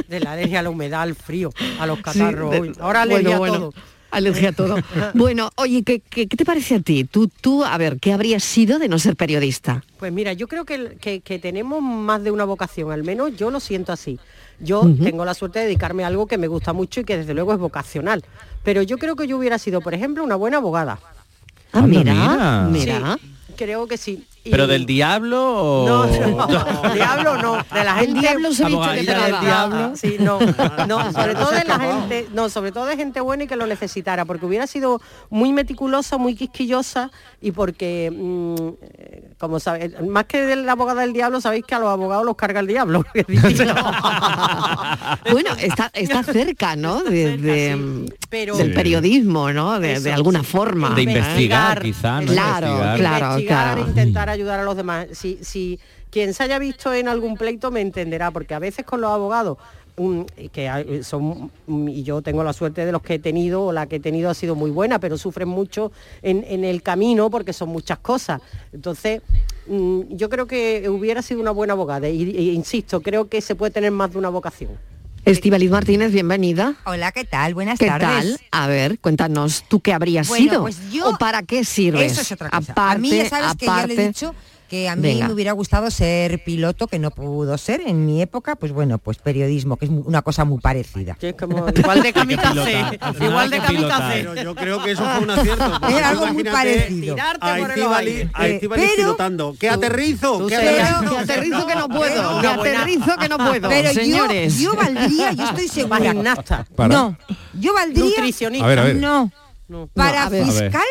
[SPEAKER 8] de la alergia a la humedad, al frío, a los catarros.
[SPEAKER 2] Sí, de-
[SPEAKER 8] Uy, Ahora alergia
[SPEAKER 2] bueno,
[SPEAKER 8] a
[SPEAKER 2] bueno,
[SPEAKER 8] todo.
[SPEAKER 2] Alergia a todo. bueno, oye, ¿qué, qué, qué te parece a ti? Tú, tú, a ver, ¿qué habrías sido de no ser periodista?
[SPEAKER 8] Pues mira, yo creo que, que- que tenemos más de una vocación, al menos yo lo siento así. Yo tengo la suerte de dedicarme a algo que me gusta mucho y que desde luego es vocacional. Pero yo creo que yo hubiera sido, por ejemplo, una buena abogada.
[SPEAKER 2] Ah,
[SPEAKER 6] Anda,
[SPEAKER 2] mira,
[SPEAKER 6] mira.
[SPEAKER 2] mira.
[SPEAKER 8] Sí, creo que sí. Y-
[SPEAKER 6] Pero del diablo o...
[SPEAKER 8] No, no, diablo no, de la
[SPEAKER 2] El
[SPEAKER 8] gente
[SPEAKER 2] diablo se viste de
[SPEAKER 6] Abogadilla del
[SPEAKER 2] Prada.
[SPEAKER 6] diablo.
[SPEAKER 8] Sí, no, no, sobre todo
[SPEAKER 7] se ha
[SPEAKER 8] de la
[SPEAKER 7] escapado.
[SPEAKER 8] gente, no, sobre todo de gente buena y que lo necesitara, porque hubiera sido muy meticulosa, muy quisquillosa y porque, mm, eh, como sabéis, más que de la abogada del diablo, sabéis que a los abogados los carga el diablo. que es distinto.
[SPEAKER 2] Bueno, está, está cerca, ¿no? De- de,
[SPEAKER 8] Sí, pero-
[SPEAKER 2] del
[SPEAKER 8] Sí.
[SPEAKER 2] periodmo, ¿no? De,
[SPEAKER 8] Eso,
[SPEAKER 2] de alguna
[SPEAKER 8] sí.
[SPEAKER 2] forma.
[SPEAKER 6] De
[SPEAKER 2] ¿eh?
[SPEAKER 6] investigar, quizá, ¿no?
[SPEAKER 2] Claro,
[SPEAKER 6] Investigar.
[SPEAKER 2] claro,
[SPEAKER 8] Investigar,
[SPEAKER 2] Ah, claro.
[SPEAKER 8] intentar ayudar a los demás. Si, si quien se haya visto en algún pleito me entenderá, porque a veces con los abogados mm, que hay- son mm, y yo tengo la suerte de los que he tenido o la que he tenido ha sido muy buena pero sufren mucho en, en el camino porque son muchas cosas entonces mm, yo creo que hubiera sido una buena abogada y, y insisto creo que se puede tener más de una vocación
[SPEAKER 2] Estivaliz Martínez, bienvenida.
[SPEAKER 9] Hola, ¿qué tal? Buenas
[SPEAKER 2] ¿Qué
[SPEAKER 9] tardes.
[SPEAKER 2] tal? A ver, cuéntanos, ¿tú qué habrías
[SPEAKER 9] Bueno,
[SPEAKER 2] sido?
[SPEAKER 9] pues yo-
[SPEAKER 2] ¿O para qué sirves?
[SPEAKER 9] Eso es otra cosa.
[SPEAKER 2] Aparte,
[SPEAKER 9] a mí ya sabes que ya le
[SPEAKER 2] aparte-
[SPEAKER 9] he dicho que a mí
[SPEAKER 2] Venga.
[SPEAKER 9] me hubiera gustado ser piloto, que no pudo ser en mi época, pues bueno, pues periodismo, que es mu- una cosa muy parecida.
[SPEAKER 8] Que es como igual de kamikaze
[SPEAKER 6] pilota, al final
[SPEAKER 8] igual
[SPEAKER 6] hay
[SPEAKER 8] de Ah.
[SPEAKER 6] que pilotar.
[SPEAKER 8] kamikaze
[SPEAKER 7] Pero yo creo que eso
[SPEAKER 6] Ah,
[SPEAKER 7] fue un acierto. porque
[SPEAKER 9] Es
[SPEAKER 7] tú
[SPEAKER 9] algo muy
[SPEAKER 7] imagínate
[SPEAKER 9] parecido.
[SPEAKER 8] Tirarte
[SPEAKER 7] A
[SPEAKER 8] por el
[SPEAKER 7] Estivali,
[SPEAKER 8] aire.
[SPEAKER 7] a
[SPEAKER 9] Eh,
[SPEAKER 7] Estivali
[SPEAKER 9] pero-
[SPEAKER 7] pilotando. ¡Que aterrizo!
[SPEAKER 8] tú
[SPEAKER 7] ¡Que
[SPEAKER 9] serás-
[SPEAKER 7] aterrizo!
[SPEAKER 2] Que aterrizo que no puedo, que
[SPEAKER 8] Una buena-
[SPEAKER 2] aterrizo que no puedo,
[SPEAKER 9] Pero
[SPEAKER 2] señores.
[SPEAKER 9] yo, yo valdría, yo estoy segura.
[SPEAKER 8] gimnasta
[SPEAKER 5] Para.
[SPEAKER 9] No, yo valdría.
[SPEAKER 8] nutricionista
[SPEAKER 5] A ver, a ver.
[SPEAKER 9] No,
[SPEAKER 8] No.
[SPEAKER 9] para
[SPEAKER 2] a ver.
[SPEAKER 9] fiscal,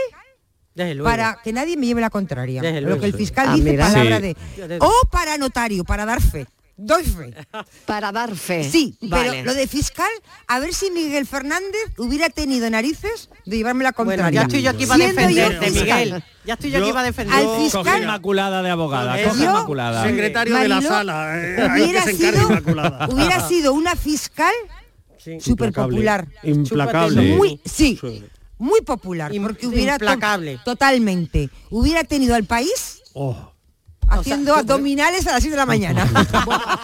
[SPEAKER 8] Desde luego.
[SPEAKER 9] para que nadie me lleve la contraria.
[SPEAKER 8] Desde
[SPEAKER 9] Lo
[SPEAKER 8] luego.
[SPEAKER 9] que el fiscal
[SPEAKER 2] Ah,
[SPEAKER 9] dice,
[SPEAKER 2] mira.
[SPEAKER 9] palabra
[SPEAKER 6] Sí.
[SPEAKER 9] de. O para notario, para dar fe. Doy fe.
[SPEAKER 2] Para dar fe.
[SPEAKER 9] Sí,
[SPEAKER 2] vale.
[SPEAKER 9] pero lo de fiscal, a ver si Miguel Fernández hubiera tenido narices de llevarme la
[SPEAKER 8] Bueno,
[SPEAKER 9] contraria.
[SPEAKER 8] ya estoy yo aquí para
[SPEAKER 9] Siendo yo
[SPEAKER 8] defenderte,
[SPEAKER 9] fiscal.
[SPEAKER 8] Miguel. Ya estoy yo,
[SPEAKER 7] Yo-
[SPEAKER 8] aquí para
[SPEAKER 9] Al
[SPEAKER 8] defenderte.
[SPEAKER 9] fiscal-
[SPEAKER 6] Coge inmaculada de abogada,
[SPEAKER 8] Yo-
[SPEAKER 6] coge inmaculada.
[SPEAKER 7] Secretario de la
[SPEAKER 9] Mariló,
[SPEAKER 7] sala. eh, ahí que
[SPEAKER 9] hubiera
[SPEAKER 7] se encarga
[SPEAKER 9] sido,
[SPEAKER 7] Inmaculada.
[SPEAKER 9] hubiera sido una fiscal
[SPEAKER 8] Sí.
[SPEAKER 9] súper popular.
[SPEAKER 7] Implacable.
[SPEAKER 9] Muy, sí, muy popular,
[SPEAKER 8] Im-
[SPEAKER 9] porque hubiera to-
[SPEAKER 8] implacable.
[SPEAKER 9] totalmente. Hubiera tenido al país
[SPEAKER 7] Oh,
[SPEAKER 9] haciendo abdominales a las 6 de la mañana.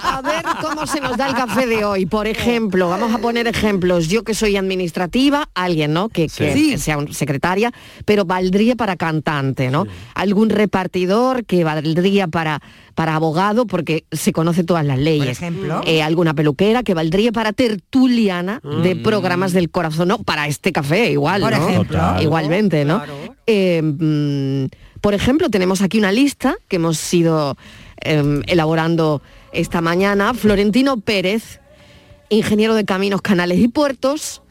[SPEAKER 2] A ver cómo se nos da el café de hoy. Por ejemplo, vamos a poner ejemplos. Yo que soy administrativa, alguien, ¿no? Que, que
[SPEAKER 9] Sí.
[SPEAKER 2] sea un secretaria, pero valdría para cantante, ¿no? Algún repartidor que valdría para, para abogado, porque se conoce todas las leyes.
[SPEAKER 9] ejemplo.
[SPEAKER 2] Eh, alguna peluquera que valdría para tertuliana de programas del corazón, ¿no? Para este café, igual,
[SPEAKER 9] Por
[SPEAKER 2] ¿no?
[SPEAKER 9] ejemplo.
[SPEAKER 6] Total.
[SPEAKER 2] Igualmente, ¿no? Eh, mm, por ejemplo, tenemos aquí una lista que hemos ido em, elaborando esta mañana. Florentino Pérez, ingeniero de caminos, canales y puertos,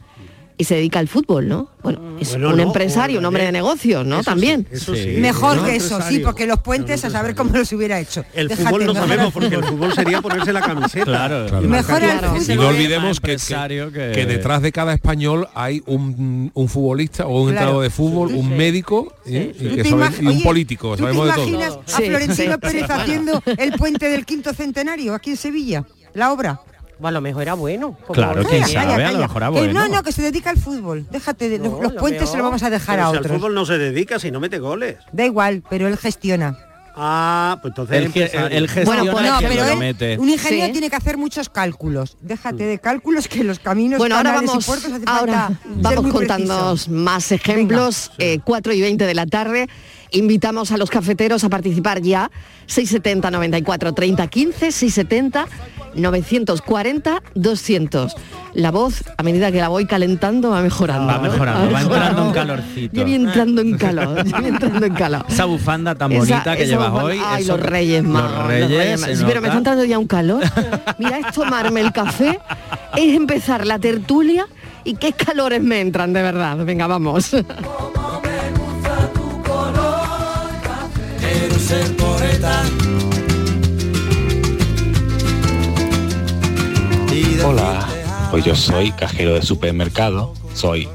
[SPEAKER 2] y se dedica al fútbol, ¿no? Bueno, es
[SPEAKER 7] Mm. Bueno,
[SPEAKER 2] un
[SPEAKER 7] no,
[SPEAKER 2] empresario, un hombre de
[SPEAKER 7] obviamente.
[SPEAKER 2] negocios, ¿no?
[SPEAKER 7] Eso
[SPEAKER 2] También.
[SPEAKER 7] sí, eso
[SPEAKER 6] Sí.
[SPEAKER 7] sí.
[SPEAKER 9] Mejor
[SPEAKER 7] Un
[SPEAKER 9] que eso, sí,
[SPEAKER 7] empresario.
[SPEAKER 9] porque los puentes
[SPEAKER 7] Un
[SPEAKER 9] a saber
[SPEAKER 7] empresario.
[SPEAKER 9] cómo los hubiera hecho.
[SPEAKER 7] El
[SPEAKER 9] Déjate,
[SPEAKER 7] fútbol no
[SPEAKER 9] mejor
[SPEAKER 7] sabemos,
[SPEAKER 9] al
[SPEAKER 7] porque el
[SPEAKER 9] fútbol.
[SPEAKER 7] fútbol sería ponerse la camiseta.
[SPEAKER 6] Claro.
[SPEAKER 5] Claro.
[SPEAKER 9] Mejor al
[SPEAKER 2] Claro.
[SPEAKER 5] Y
[SPEAKER 9] fútbol.
[SPEAKER 5] no olvidemos que,
[SPEAKER 6] Empresario
[SPEAKER 5] que-
[SPEAKER 6] que-
[SPEAKER 5] que detrás de cada español hay un, un futbolista o un
[SPEAKER 9] Claro.
[SPEAKER 5] entrenador de fútbol, un médico ¿eh? y,
[SPEAKER 9] ¿Tú
[SPEAKER 5] que
[SPEAKER 9] te
[SPEAKER 5] sabe-
[SPEAKER 9] imag-
[SPEAKER 5] y un
[SPEAKER 9] Oye,
[SPEAKER 5] político.
[SPEAKER 9] ¿tú te
[SPEAKER 5] Sabemos de todo.
[SPEAKER 9] imaginas a
[SPEAKER 2] Sí,
[SPEAKER 9] Florentino
[SPEAKER 2] sí,
[SPEAKER 9] Pérez
[SPEAKER 2] sí.
[SPEAKER 9] haciendo el puente del quinto centenario aquí en Sevilla? La obra.
[SPEAKER 8] Bueno, a lo mejor era bueno. como-
[SPEAKER 6] Claro, quién
[SPEAKER 9] Calla,
[SPEAKER 6] sabe, a lo
[SPEAKER 9] calla.
[SPEAKER 6] mejor a
[SPEAKER 9] Que
[SPEAKER 6] bueno.
[SPEAKER 9] No, no, que se dedica al fútbol. Déjate, de,
[SPEAKER 8] No,
[SPEAKER 9] los
[SPEAKER 8] lo
[SPEAKER 9] puentes
[SPEAKER 8] veo.
[SPEAKER 9] se los vamos a dejar
[SPEAKER 7] Pero
[SPEAKER 9] a
[SPEAKER 7] si al
[SPEAKER 9] otros.
[SPEAKER 7] fútbol no se dedica si no mete goles.
[SPEAKER 9] Da igual, pero él gestiona.
[SPEAKER 7] Ah, pues entonces
[SPEAKER 6] El, ge-
[SPEAKER 7] empresario.
[SPEAKER 6] el
[SPEAKER 2] Bueno,
[SPEAKER 6] gestiona
[SPEAKER 2] pues
[SPEAKER 9] no,
[SPEAKER 6] quién
[SPEAKER 9] pero
[SPEAKER 6] lo
[SPEAKER 9] él-
[SPEAKER 6] mete.
[SPEAKER 9] un ingeniero
[SPEAKER 2] Sí.
[SPEAKER 9] tiene que hacer muchos cálculos. Déjate de cálculos que los caminos,
[SPEAKER 2] Bueno, ahora
[SPEAKER 9] canales
[SPEAKER 2] vamos,
[SPEAKER 9] y puertos hace
[SPEAKER 2] ahora
[SPEAKER 9] falta ser
[SPEAKER 2] vamos
[SPEAKER 9] muy
[SPEAKER 2] contando
[SPEAKER 9] precisos.
[SPEAKER 2] más ejemplos. eh, 4 y 20 de la tarde. Invitamos a los cafeteros a participar ya. 670 94 30 15, 670 940 200. La voz, a medida que la voy calentando, va mejorando.
[SPEAKER 6] Va mejorando, va entrando un
[SPEAKER 2] Yo
[SPEAKER 6] calorcito.
[SPEAKER 2] voy entrando en calor, yo voy entrando en calor.
[SPEAKER 6] Esa bufanda tan
[SPEAKER 2] Esa-
[SPEAKER 6] bonita que
[SPEAKER 2] esa
[SPEAKER 6] llevas
[SPEAKER 2] bufanda-
[SPEAKER 6] hoy.
[SPEAKER 2] Ay,
[SPEAKER 6] eso-
[SPEAKER 2] los reyes magos.
[SPEAKER 6] Los reyes. se
[SPEAKER 2] magos. Pero me
[SPEAKER 6] nota.
[SPEAKER 2] está entrando ya un calor. Mira, es tomarme el café, es empezar la tertulia y qué calores me entran, de verdad. Venga, vamos.
[SPEAKER 10] Hola, pues yo soy cajero de supermercado, soy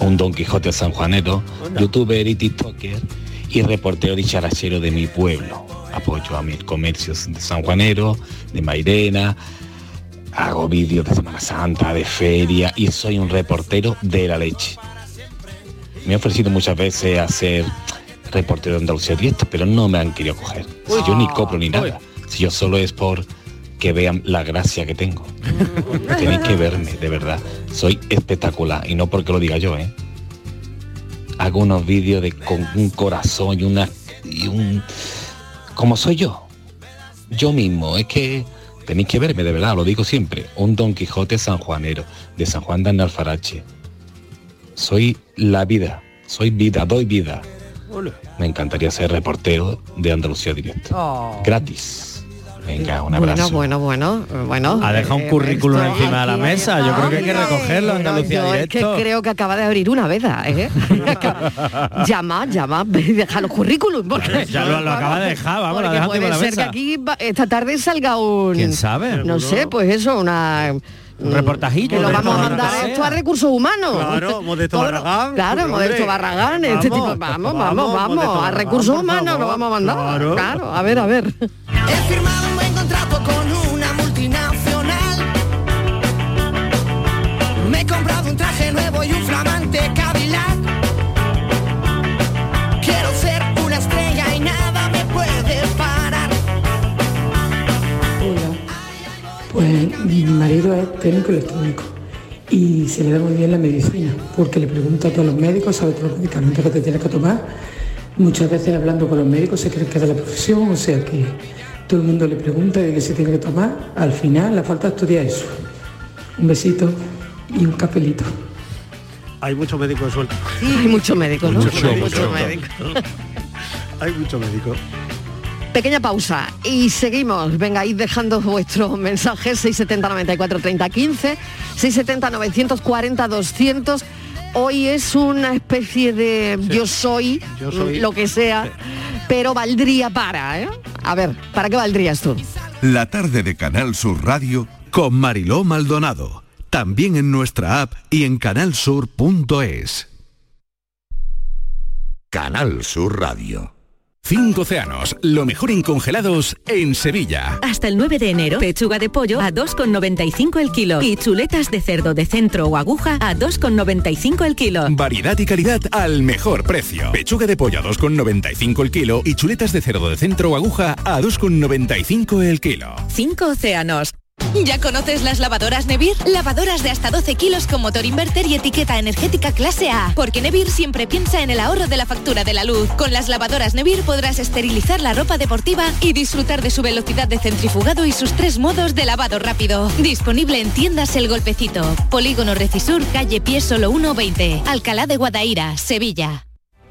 [SPEAKER 10] un Don Quijote sanjuanero, youtuber y tiktoker y reportero y charachero de mi pueblo. Apoyo a mis comercios de sanjuanero, de Mairena, hago vídeos de Semana Santa, de feria y soy un reportero de la leche. Me he ofrecido muchas veces a ser reportero de Andalucía Diesta, pero no me han querido coger. Si yo ni cobro ni nada, si yo solo es por que vean la gracia que tengo. Tenéis que verme, de verdad. Soy espectacular y no porque lo diga yo, ¿eh? Hago unos vídeos de con un corazón y una y un como soy yo. Yo mismo, es que tenéis que verme, de verdad, lo digo siempre. Un Don Quijote sanjuanero de San Juan de Analfarache. Soy la vida, soy vida, doy vida. Me encantaría ser reportero de Andalucía Directo.
[SPEAKER 9] Oh.
[SPEAKER 10] Gratis. Venga, un abrazo.
[SPEAKER 2] Bueno, bueno, bueno, bueno. Eh,
[SPEAKER 6] Ha dejado un currículum
[SPEAKER 2] esto
[SPEAKER 6] encima de la
[SPEAKER 2] aquí
[SPEAKER 6] mesa. Yo
[SPEAKER 9] está.
[SPEAKER 6] creo que hay que
[SPEAKER 9] Hombre,
[SPEAKER 6] recogerlo,
[SPEAKER 9] pero
[SPEAKER 6] Andalucía
[SPEAKER 2] Yo es que
[SPEAKER 6] Directo.
[SPEAKER 2] creo que acaba de abrir una veda, ¿eh? llama, llama, deja los currículum. Porque,
[SPEAKER 6] Ya lo- lo acaba de dejar, vamos, lo ha
[SPEAKER 2] porque
[SPEAKER 6] dejado encima
[SPEAKER 2] puede
[SPEAKER 6] de la
[SPEAKER 2] ser que
[SPEAKER 6] mesa.
[SPEAKER 2] aquí va- esta tarde salga un...
[SPEAKER 6] ¿Quién sabe?
[SPEAKER 2] No sé, pues eso, una...
[SPEAKER 6] Un reportajillo,
[SPEAKER 2] Que lo
[SPEAKER 6] un
[SPEAKER 2] vamos a
[SPEAKER 6] reportaje,
[SPEAKER 2] mandar
[SPEAKER 6] lo que
[SPEAKER 2] esto
[SPEAKER 6] sea.
[SPEAKER 2] a recursos humanos.
[SPEAKER 7] Claro, Modesto
[SPEAKER 2] Todo lo-
[SPEAKER 7] Barragán,
[SPEAKER 2] Claro,
[SPEAKER 7] hombre.
[SPEAKER 2] Modesto Barragán, este
[SPEAKER 7] Vamos,
[SPEAKER 2] tipo. Vamos, vamos,
[SPEAKER 7] vamos, pues
[SPEAKER 2] vamos.
[SPEAKER 7] Modesto
[SPEAKER 2] a
[SPEAKER 7] Barragán,
[SPEAKER 2] recursos
[SPEAKER 7] por
[SPEAKER 2] humanos lo
[SPEAKER 7] favor.
[SPEAKER 2] vamos a mandar.
[SPEAKER 7] Claro.
[SPEAKER 2] claro a ver, a ver.
[SPEAKER 4] He firmado un buen contrato con una multinacional. Me he comprado un traje nuevo y un flamante Cadillac. Quiero ser una estrella y nada me puede parar.
[SPEAKER 11] Pues mi marido es técnico electrónico y se le da muy bien la medicina, porque le pregunta a todos los médicos, sabe todos los medicamentos que te tienes que tomar. Muchas veces hablando con los médicos se creen que es de la profesión, o sea que todo el mundo le pregunta de qué se tiene que tomar. Al final la falta estudiar eso. Un besito y un capelito.
[SPEAKER 7] Hay muchos médicos sueltos.
[SPEAKER 2] Hay muchos médicos, ¿no?
[SPEAKER 5] Mucho,
[SPEAKER 2] Hay
[SPEAKER 5] mucho.
[SPEAKER 2] médicos.
[SPEAKER 7] Hay muchos médicos.
[SPEAKER 2] Ah, Pequeña pausa y seguimos. Venga, id dejando vuestros mensajes 670 94 30 15, 670 940 200. Hoy es una especie de yo, soy,
[SPEAKER 7] Yo soy.
[SPEAKER 2] lo que sea, pero valdría para, ¿eh? A ver, ¿para qué valdrías tú?
[SPEAKER 3] La tarde de Canal Sur Radio con Mariló Maldonado. También en nuestra app y en canalsur.es.
[SPEAKER 1] Canal Sur Radio.
[SPEAKER 12] Cinco océanos, lo mejor en congelados en Sevilla.
[SPEAKER 13] Hasta el 9 de enero, pechuga de pollo a 2,95 el kilo y chuletas de cerdo de centro o aguja a 2,95 el kilo.
[SPEAKER 12] Variedad y calidad al mejor precio. Pechuga de pollo a 2,95 el kilo y chuletas de cerdo de centro o aguja a 2,95 el kilo.
[SPEAKER 13] 5 océanos.
[SPEAKER 14] ¿Ya conoces las lavadoras Nevir? Lavadoras de hasta 12 kilos con motor inverter y etiqueta energética clase A. Porque Nevir siempre piensa en el ahorro de la factura de la luz. Con las lavadoras Nevir podrás esterilizar la ropa deportiva y disfrutar de su velocidad de centrifugado y sus tres modos de lavado rápido. Disponible en tiendas El Golpecito. Polígono Recisur, calle Pie Solo 120. Alcalá de Guadaira, Sevilla.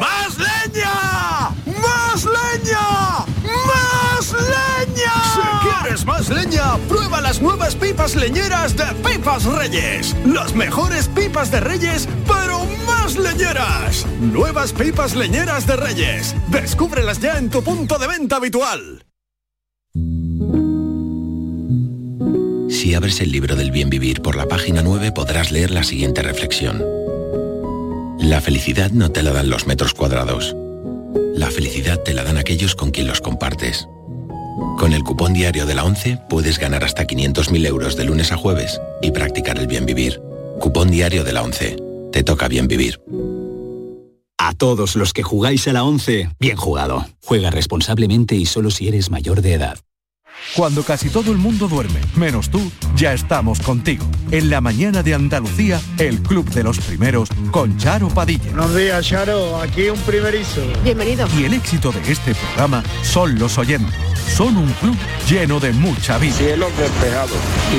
[SPEAKER 15] ¡Más leña! ¡Más leña! ¡Más leña!
[SPEAKER 16] Si quieres más leña, prueba las nuevas pipas leñeras de Pipas Reyes. Las mejores pipas de Reyes, pero más leñeras. Nuevas pipas leñeras de Reyes. Descúbrelas ya en tu punto de venta habitual.
[SPEAKER 17] Si abres el libro del bien vivir por la página 9 podrás leer la siguiente reflexión. La felicidad no te la dan los metros cuadrados. La felicidad te la dan aquellos con quien los compartes. Con el cupón diario de la 11 puedes ganar hasta 500.000 euros de lunes a jueves y practicar el bien vivir. Cupón diario de la 11. Te toca bien vivir.
[SPEAKER 18] A todos los que jugáis a la 11, bien jugado. Juega responsablemente y solo si eres mayor de edad.
[SPEAKER 3] Cuando casi todo el mundo duerme, menos tú, ya estamos contigo. En la mañana de Andalucía, el club de los primeros con Charo Padilla.
[SPEAKER 19] Buenos días, Charo. Aquí un primerizo.
[SPEAKER 2] Bienvenido.
[SPEAKER 3] Y el éxito de este programa son los oyentes. Son un club lleno de mucha vida.
[SPEAKER 20] Cielos despejados,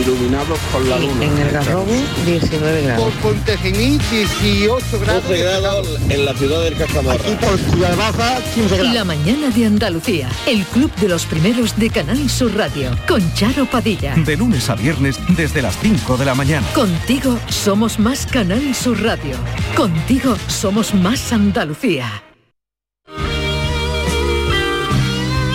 [SPEAKER 20] iluminados por la luna.
[SPEAKER 21] En el Garrobo, 19 grados.
[SPEAKER 22] Por Pontejení, 18 grados.
[SPEAKER 23] 12 grados en la ciudad del Cazamarra.
[SPEAKER 24] Aquí por Ciudad Baja, 15 grados.
[SPEAKER 25] La mañana de Andalucía, el club de los primeros de Canal Sur Radio, con Charo Padilla.
[SPEAKER 3] De lunes a viernes desde las 5 de la mañana.
[SPEAKER 25] Contigo somos más Canal Sur Radio. Contigo somos más Andalucía.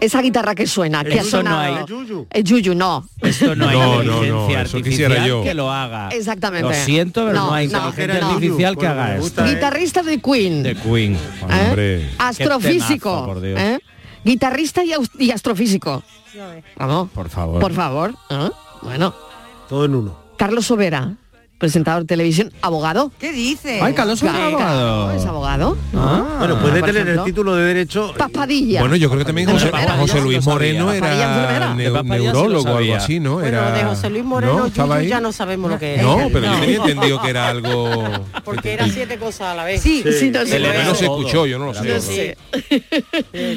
[SPEAKER 2] Esa guitarra que suena, que ha
[SPEAKER 6] Eso no
[SPEAKER 2] sonado.
[SPEAKER 6] hay.
[SPEAKER 2] Es Yuyu, no.
[SPEAKER 6] Esto no hay
[SPEAKER 5] No, no, no,
[SPEAKER 6] inteligencia
[SPEAKER 5] eso
[SPEAKER 6] artificial
[SPEAKER 5] quisiera yo.
[SPEAKER 6] que lo haga.
[SPEAKER 2] Exactamente.
[SPEAKER 6] Lo siento, pero no, hay inteligencia artificial que haga esto.
[SPEAKER 7] ¿eh?
[SPEAKER 2] Guitarrista de Queen.
[SPEAKER 6] ¿eh? De Queen.
[SPEAKER 2] ¿eh?
[SPEAKER 6] Hombre.
[SPEAKER 2] Astrofísico.
[SPEAKER 6] Qué temazo, por Dios.
[SPEAKER 2] ¿eh? Guitarrista y, aus- y astrofísico. Vamos.
[SPEAKER 6] Por favor.
[SPEAKER 2] Por favor. ¿eh? Bueno.
[SPEAKER 7] Todo en uno.
[SPEAKER 2] Carlos Sobera, presentador de televisión, abogado.
[SPEAKER 9] ¿Qué dices?
[SPEAKER 6] Ay, Carlos Sobera,
[SPEAKER 2] Claro,
[SPEAKER 6] abogado.
[SPEAKER 2] Es abogado.
[SPEAKER 5] Ah.
[SPEAKER 7] bueno, puede
[SPEAKER 2] por
[SPEAKER 7] tener
[SPEAKER 2] ejemplo.
[SPEAKER 7] el título de derecho.
[SPEAKER 2] Paspadilla.
[SPEAKER 5] Bueno, yo creo que también José,
[SPEAKER 7] Enfermera,
[SPEAKER 5] José
[SPEAKER 7] yo sí
[SPEAKER 5] Luis
[SPEAKER 7] lo
[SPEAKER 5] Moreno
[SPEAKER 7] sabía.
[SPEAKER 5] era
[SPEAKER 7] Enfermera.
[SPEAKER 5] neu-
[SPEAKER 7] De papá ya sí lo
[SPEAKER 5] neurólogo o algo
[SPEAKER 7] sabía.
[SPEAKER 5] así, ¿no? Era...
[SPEAKER 8] de José Luis Moreno,
[SPEAKER 5] Ah, ¿no?
[SPEAKER 8] Yuyu,
[SPEAKER 5] Estaba ahí.
[SPEAKER 8] ya no sabemos lo que es.
[SPEAKER 5] No, pero yo
[SPEAKER 8] No.
[SPEAKER 5] tenía entendido que era algo...
[SPEAKER 8] Porque era siete cosas a la vez.
[SPEAKER 2] Sí, sí, no
[SPEAKER 5] Por
[SPEAKER 2] sé.
[SPEAKER 5] lo menos se
[SPEAKER 2] Todo.
[SPEAKER 5] escuchó, yo no lo sé.
[SPEAKER 2] No sé.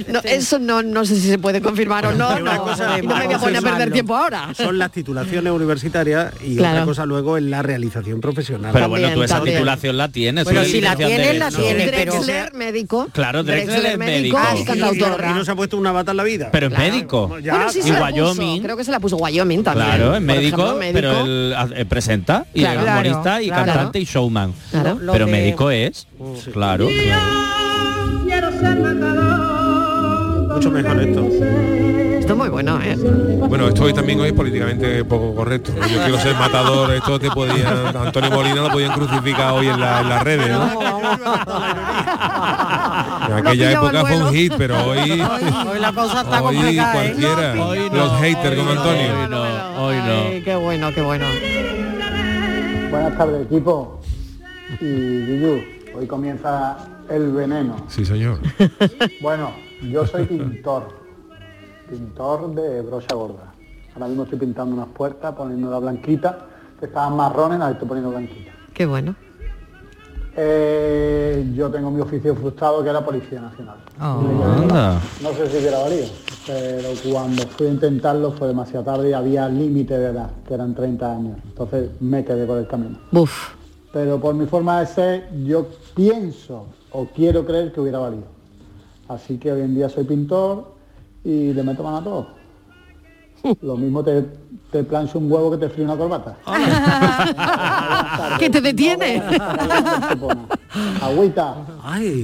[SPEAKER 2] No, eso no, no sé si se puede confirmar o no. No, no me voy a poner a perder tiempo ahora.
[SPEAKER 7] Son las titulaciones universitarias y
[SPEAKER 2] Claro.
[SPEAKER 7] otra cosa luego es la realización profesional.
[SPEAKER 6] Pero bueno, tú esa titulación la tienes.
[SPEAKER 7] Bueno,
[SPEAKER 6] tú eres
[SPEAKER 7] si la
[SPEAKER 6] licenciado en
[SPEAKER 7] tienes, la
[SPEAKER 6] Derecho.
[SPEAKER 7] tienes.
[SPEAKER 2] Drexler, médico.
[SPEAKER 6] Claro, Drexler es médico.
[SPEAKER 2] y
[SPEAKER 6] Ah, y no-
[SPEAKER 2] cantautora.
[SPEAKER 7] Y no se ha puesto una bata en la vida.
[SPEAKER 6] Pero es médico.
[SPEAKER 2] Bueno, sí
[SPEAKER 6] y
[SPEAKER 2] se la puso,
[SPEAKER 6] Wyoming.
[SPEAKER 2] Creo que se la puso Wyoming también.
[SPEAKER 6] Claro, es
[SPEAKER 2] Por
[SPEAKER 6] médico,
[SPEAKER 2] ejemplo, médico.
[SPEAKER 6] pero él ah, eh, presenta y
[SPEAKER 2] Claro.
[SPEAKER 6] es humorista y
[SPEAKER 2] Claro.
[SPEAKER 6] cantante y showman.
[SPEAKER 2] Claro.
[SPEAKER 6] Pero
[SPEAKER 2] Lo de-
[SPEAKER 6] médico es, claro.
[SPEAKER 15] Quiero ser
[SPEAKER 7] Mucho mejor esto.
[SPEAKER 2] Esto es muy bueno, ¿eh?
[SPEAKER 5] Bueno, esto hoy también hoy es políticamente poco correcto. Yo quiero ser matador, esto te podían, Antonio Molina lo podían crucificar hoy en, la- en las redes, ¿no? En aquella
[SPEAKER 15] pillaba
[SPEAKER 5] época
[SPEAKER 15] el
[SPEAKER 5] fue un
[SPEAKER 15] vuelo.
[SPEAKER 5] hit, pero hoy,
[SPEAKER 8] Hoy la cosa está
[SPEAKER 5] hoy
[SPEAKER 8] complicada. ¿eh?
[SPEAKER 5] cualquiera, los haters como Antonio.
[SPEAKER 6] Hoy
[SPEAKER 2] Ay, qué bueno, qué bueno.
[SPEAKER 26] Buenas tardes, equipo. Y Yuyu, hoy comienza el veneno.
[SPEAKER 5] Sí, señor.
[SPEAKER 26] Bueno, yo soy pintor. Pintor de brocha gorda. Ahora mismo estoy pintando unas puertas, poniendo la blanquita, que estaban marrones, las estoy poniendo blanquitas.
[SPEAKER 2] Qué bueno.
[SPEAKER 26] Eh, yo tengo mi oficio frustrado, que era Policía Nacional.
[SPEAKER 6] Anda.
[SPEAKER 26] No sé si hubiera valido.
[SPEAKER 27] pero cuando fui a intentarlo fue demasiado tarde y había límite de edad, que eran 30 años. Entonces me quedé por el camino.
[SPEAKER 2] Uf.
[SPEAKER 27] Pero por mi forma de ser, yo pienso o quiero creer que hubiera valido. Así que hoy en día soy pintor y le meto mano a todo. Lo mismo te, te plancho un huevo que te fríe una corbata.
[SPEAKER 2] que te detiene.
[SPEAKER 27] Agüita.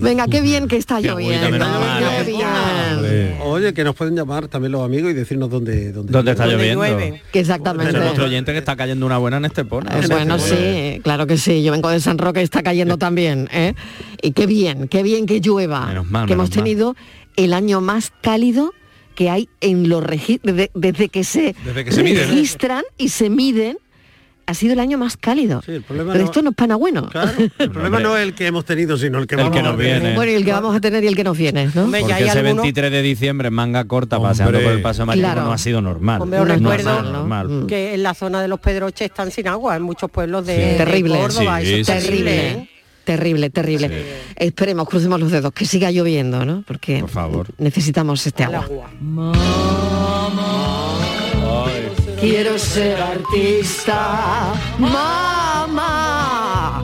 [SPEAKER 2] Venga, qué bien que está
[SPEAKER 7] Qué agüita,
[SPEAKER 2] lloviendo.
[SPEAKER 7] menos mal,
[SPEAKER 2] qué
[SPEAKER 7] ¿eh?
[SPEAKER 2] bien.
[SPEAKER 7] Oye, que nos pueden llamar también los amigos y decirnos dónde dónde,
[SPEAKER 6] ¿Dónde está Dónde lloviendo? llueve.
[SPEAKER 2] Que exactamente.
[SPEAKER 6] Pero nuestro oyente que está cayendo una buena en este pone.
[SPEAKER 2] Eh, Bueno, sí, claro que sí. Yo vengo de San Roque, está cayendo también. ¿eh? Y qué bien, qué bien que llueva.
[SPEAKER 6] mal,
[SPEAKER 2] que
[SPEAKER 6] menos
[SPEAKER 2] hemos tenido el año más cálido que hay en los regi- de- desde que se
[SPEAKER 5] Desde que se
[SPEAKER 6] ¿eh?
[SPEAKER 5] miden.
[SPEAKER 2] registran y se miden. Ha sido el año más cálido.
[SPEAKER 7] problema
[SPEAKER 2] Pero
[SPEAKER 7] no-
[SPEAKER 2] esto no es pana bueno.
[SPEAKER 7] El problema no es el que hemos tenido, sino el que, vamos
[SPEAKER 6] que nos
[SPEAKER 7] a tener.
[SPEAKER 6] viene.
[SPEAKER 2] Bueno, y el que vamos a tener y el que nos viene, ¿no?
[SPEAKER 6] Porque ese 23 de diciembre en manga corta paseando por el paso de Marisco
[SPEAKER 2] Claro.
[SPEAKER 6] no ha sido normal.
[SPEAKER 2] Hombre,
[SPEAKER 6] no
[SPEAKER 2] os
[SPEAKER 6] ha sido
[SPEAKER 2] recuerdo
[SPEAKER 6] normal.
[SPEAKER 8] que en la zona de los Pedroches están sin agua, en muchos pueblos de,
[SPEAKER 2] Sí.
[SPEAKER 8] de
[SPEAKER 2] Terrible.
[SPEAKER 8] Córdoba,
[SPEAKER 2] Sí,
[SPEAKER 8] eso es
[SPEAKER 2] sí,
[SPEAKER 8] terrible.
[SPEAKER 2] sí.
[SPEAKER 8] ¿eh?
[SPEAKER 2] Terrible, terrible. Esperemos, crucemos los dedos, que siga lloviendo, ¿no? Porque necesitamos este agua. Quiero ser artista, mamá,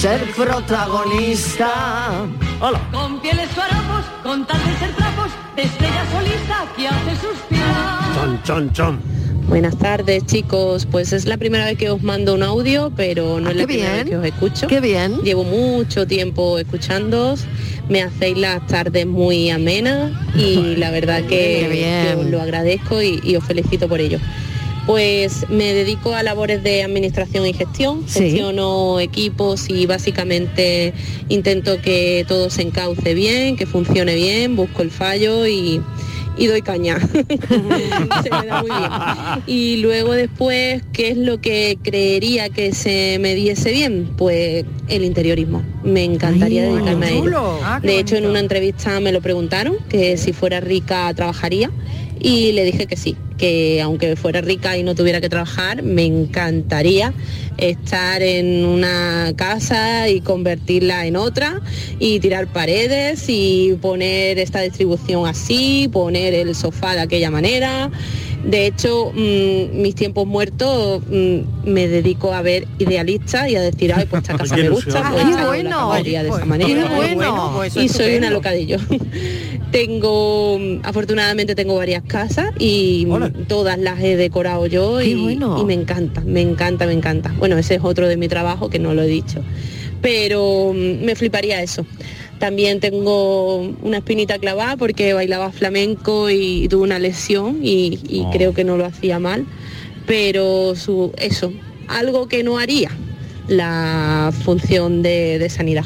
[SPEAKER 2] ser protagonista.
[SPEAKER 7] Hola.
[SPEAKER 1] Con pieles suarapos, con tal de ser trapos, de estrella solista que hace suspirar.
[SPEAKER 7] Chon, chon, chon.
[SPEAKER 1] Buenas tardes, chicos. Pues es la primera vez que os mando un audio, pero
[SPEAKER 2] Ah,
[SPEAKER 1] no es la primera vez que os escucho. Qué
[SPEAKER 2] bien.
[SPEAKER 1] Llevo mucho tiempo escuchándoos. Me hacéis las tardes muy amenas y la verdad
[SPEAKER 2] Qué
[SPEAKER 1] que,
[SPEAKER 2] bien.
[SPEAKER 1] que os lo agradezco y, y os felicito por ello. Pues me dedico a labores de administración y gestión,
[SPEAKER 2] Sí.
[SPEAKER 1] gestiono equipos y básicamente intento que todo se encauce bien, que funcione bien, busco el fallo y, y doy caña. Se me da muy bien. Y luego después, ¿qué es lo que creería que se me diese bien? Pues el interiorismo. Me encantaría
[SPEAKER 10] Ay,
[SPEAKER 1] dedicarme a ello.
[SPEAKER 10] chulo. Ah, qué
[SPEAKER 1] De hecho, en una entrevista me lo preguntaron, que si fuera rica trabajaría. Y le dije que sí, que aunque fuera rica y no tuviera que trabajar, me encantaría estar en una casa y convertirla en otra y tirar paredes y poner esta distribución así, poner el sofá de aquella manera. De hecho, mm, mis tiempos muertos mm, me dedico a ver idealistas y a decir, ay, pues esta casa
[SPEAKER 10] Qué
[SPEAKER 1] me
[SPEAKER 10] ilusión.
[SPEAKER 1] gusta,
[SPEAKER 10] Ah,
[SPEAKER 1] pues
[SPEAKER 10] qué
[SPEAKER 1] esta yo
[SPEAKER 10] bueno.
[SPEAKER 1] la acabaría de esa
[SPEAKER 10] Pues,
[SPEAKER 1] manera.
[SPEAKER 10] qué bueno. Pues eso
[SPEAKER 1] y
[SPEAKER 10] es
[SPEAKER 1] soy una
[SPEAKER 10] estupendo.
[SPEAKER 1] locadillo. tengo, mm, afortunadamente tengo varias casas y mm, todas las he decorado yo y, y me encanta, me encanta, me encanta. Bueno, ese es otro de mi trabajo que no lo he dicho pero mm, me fliparía eso. También tengo una espinita clavada porque bailaba flamenco y tuve una lesión y, y
[SPEAKER 2] Oh.
[SPEAKER 1] creo que no lo hacía mal, pero su, eso, algo que no haría la función de, de sanidad.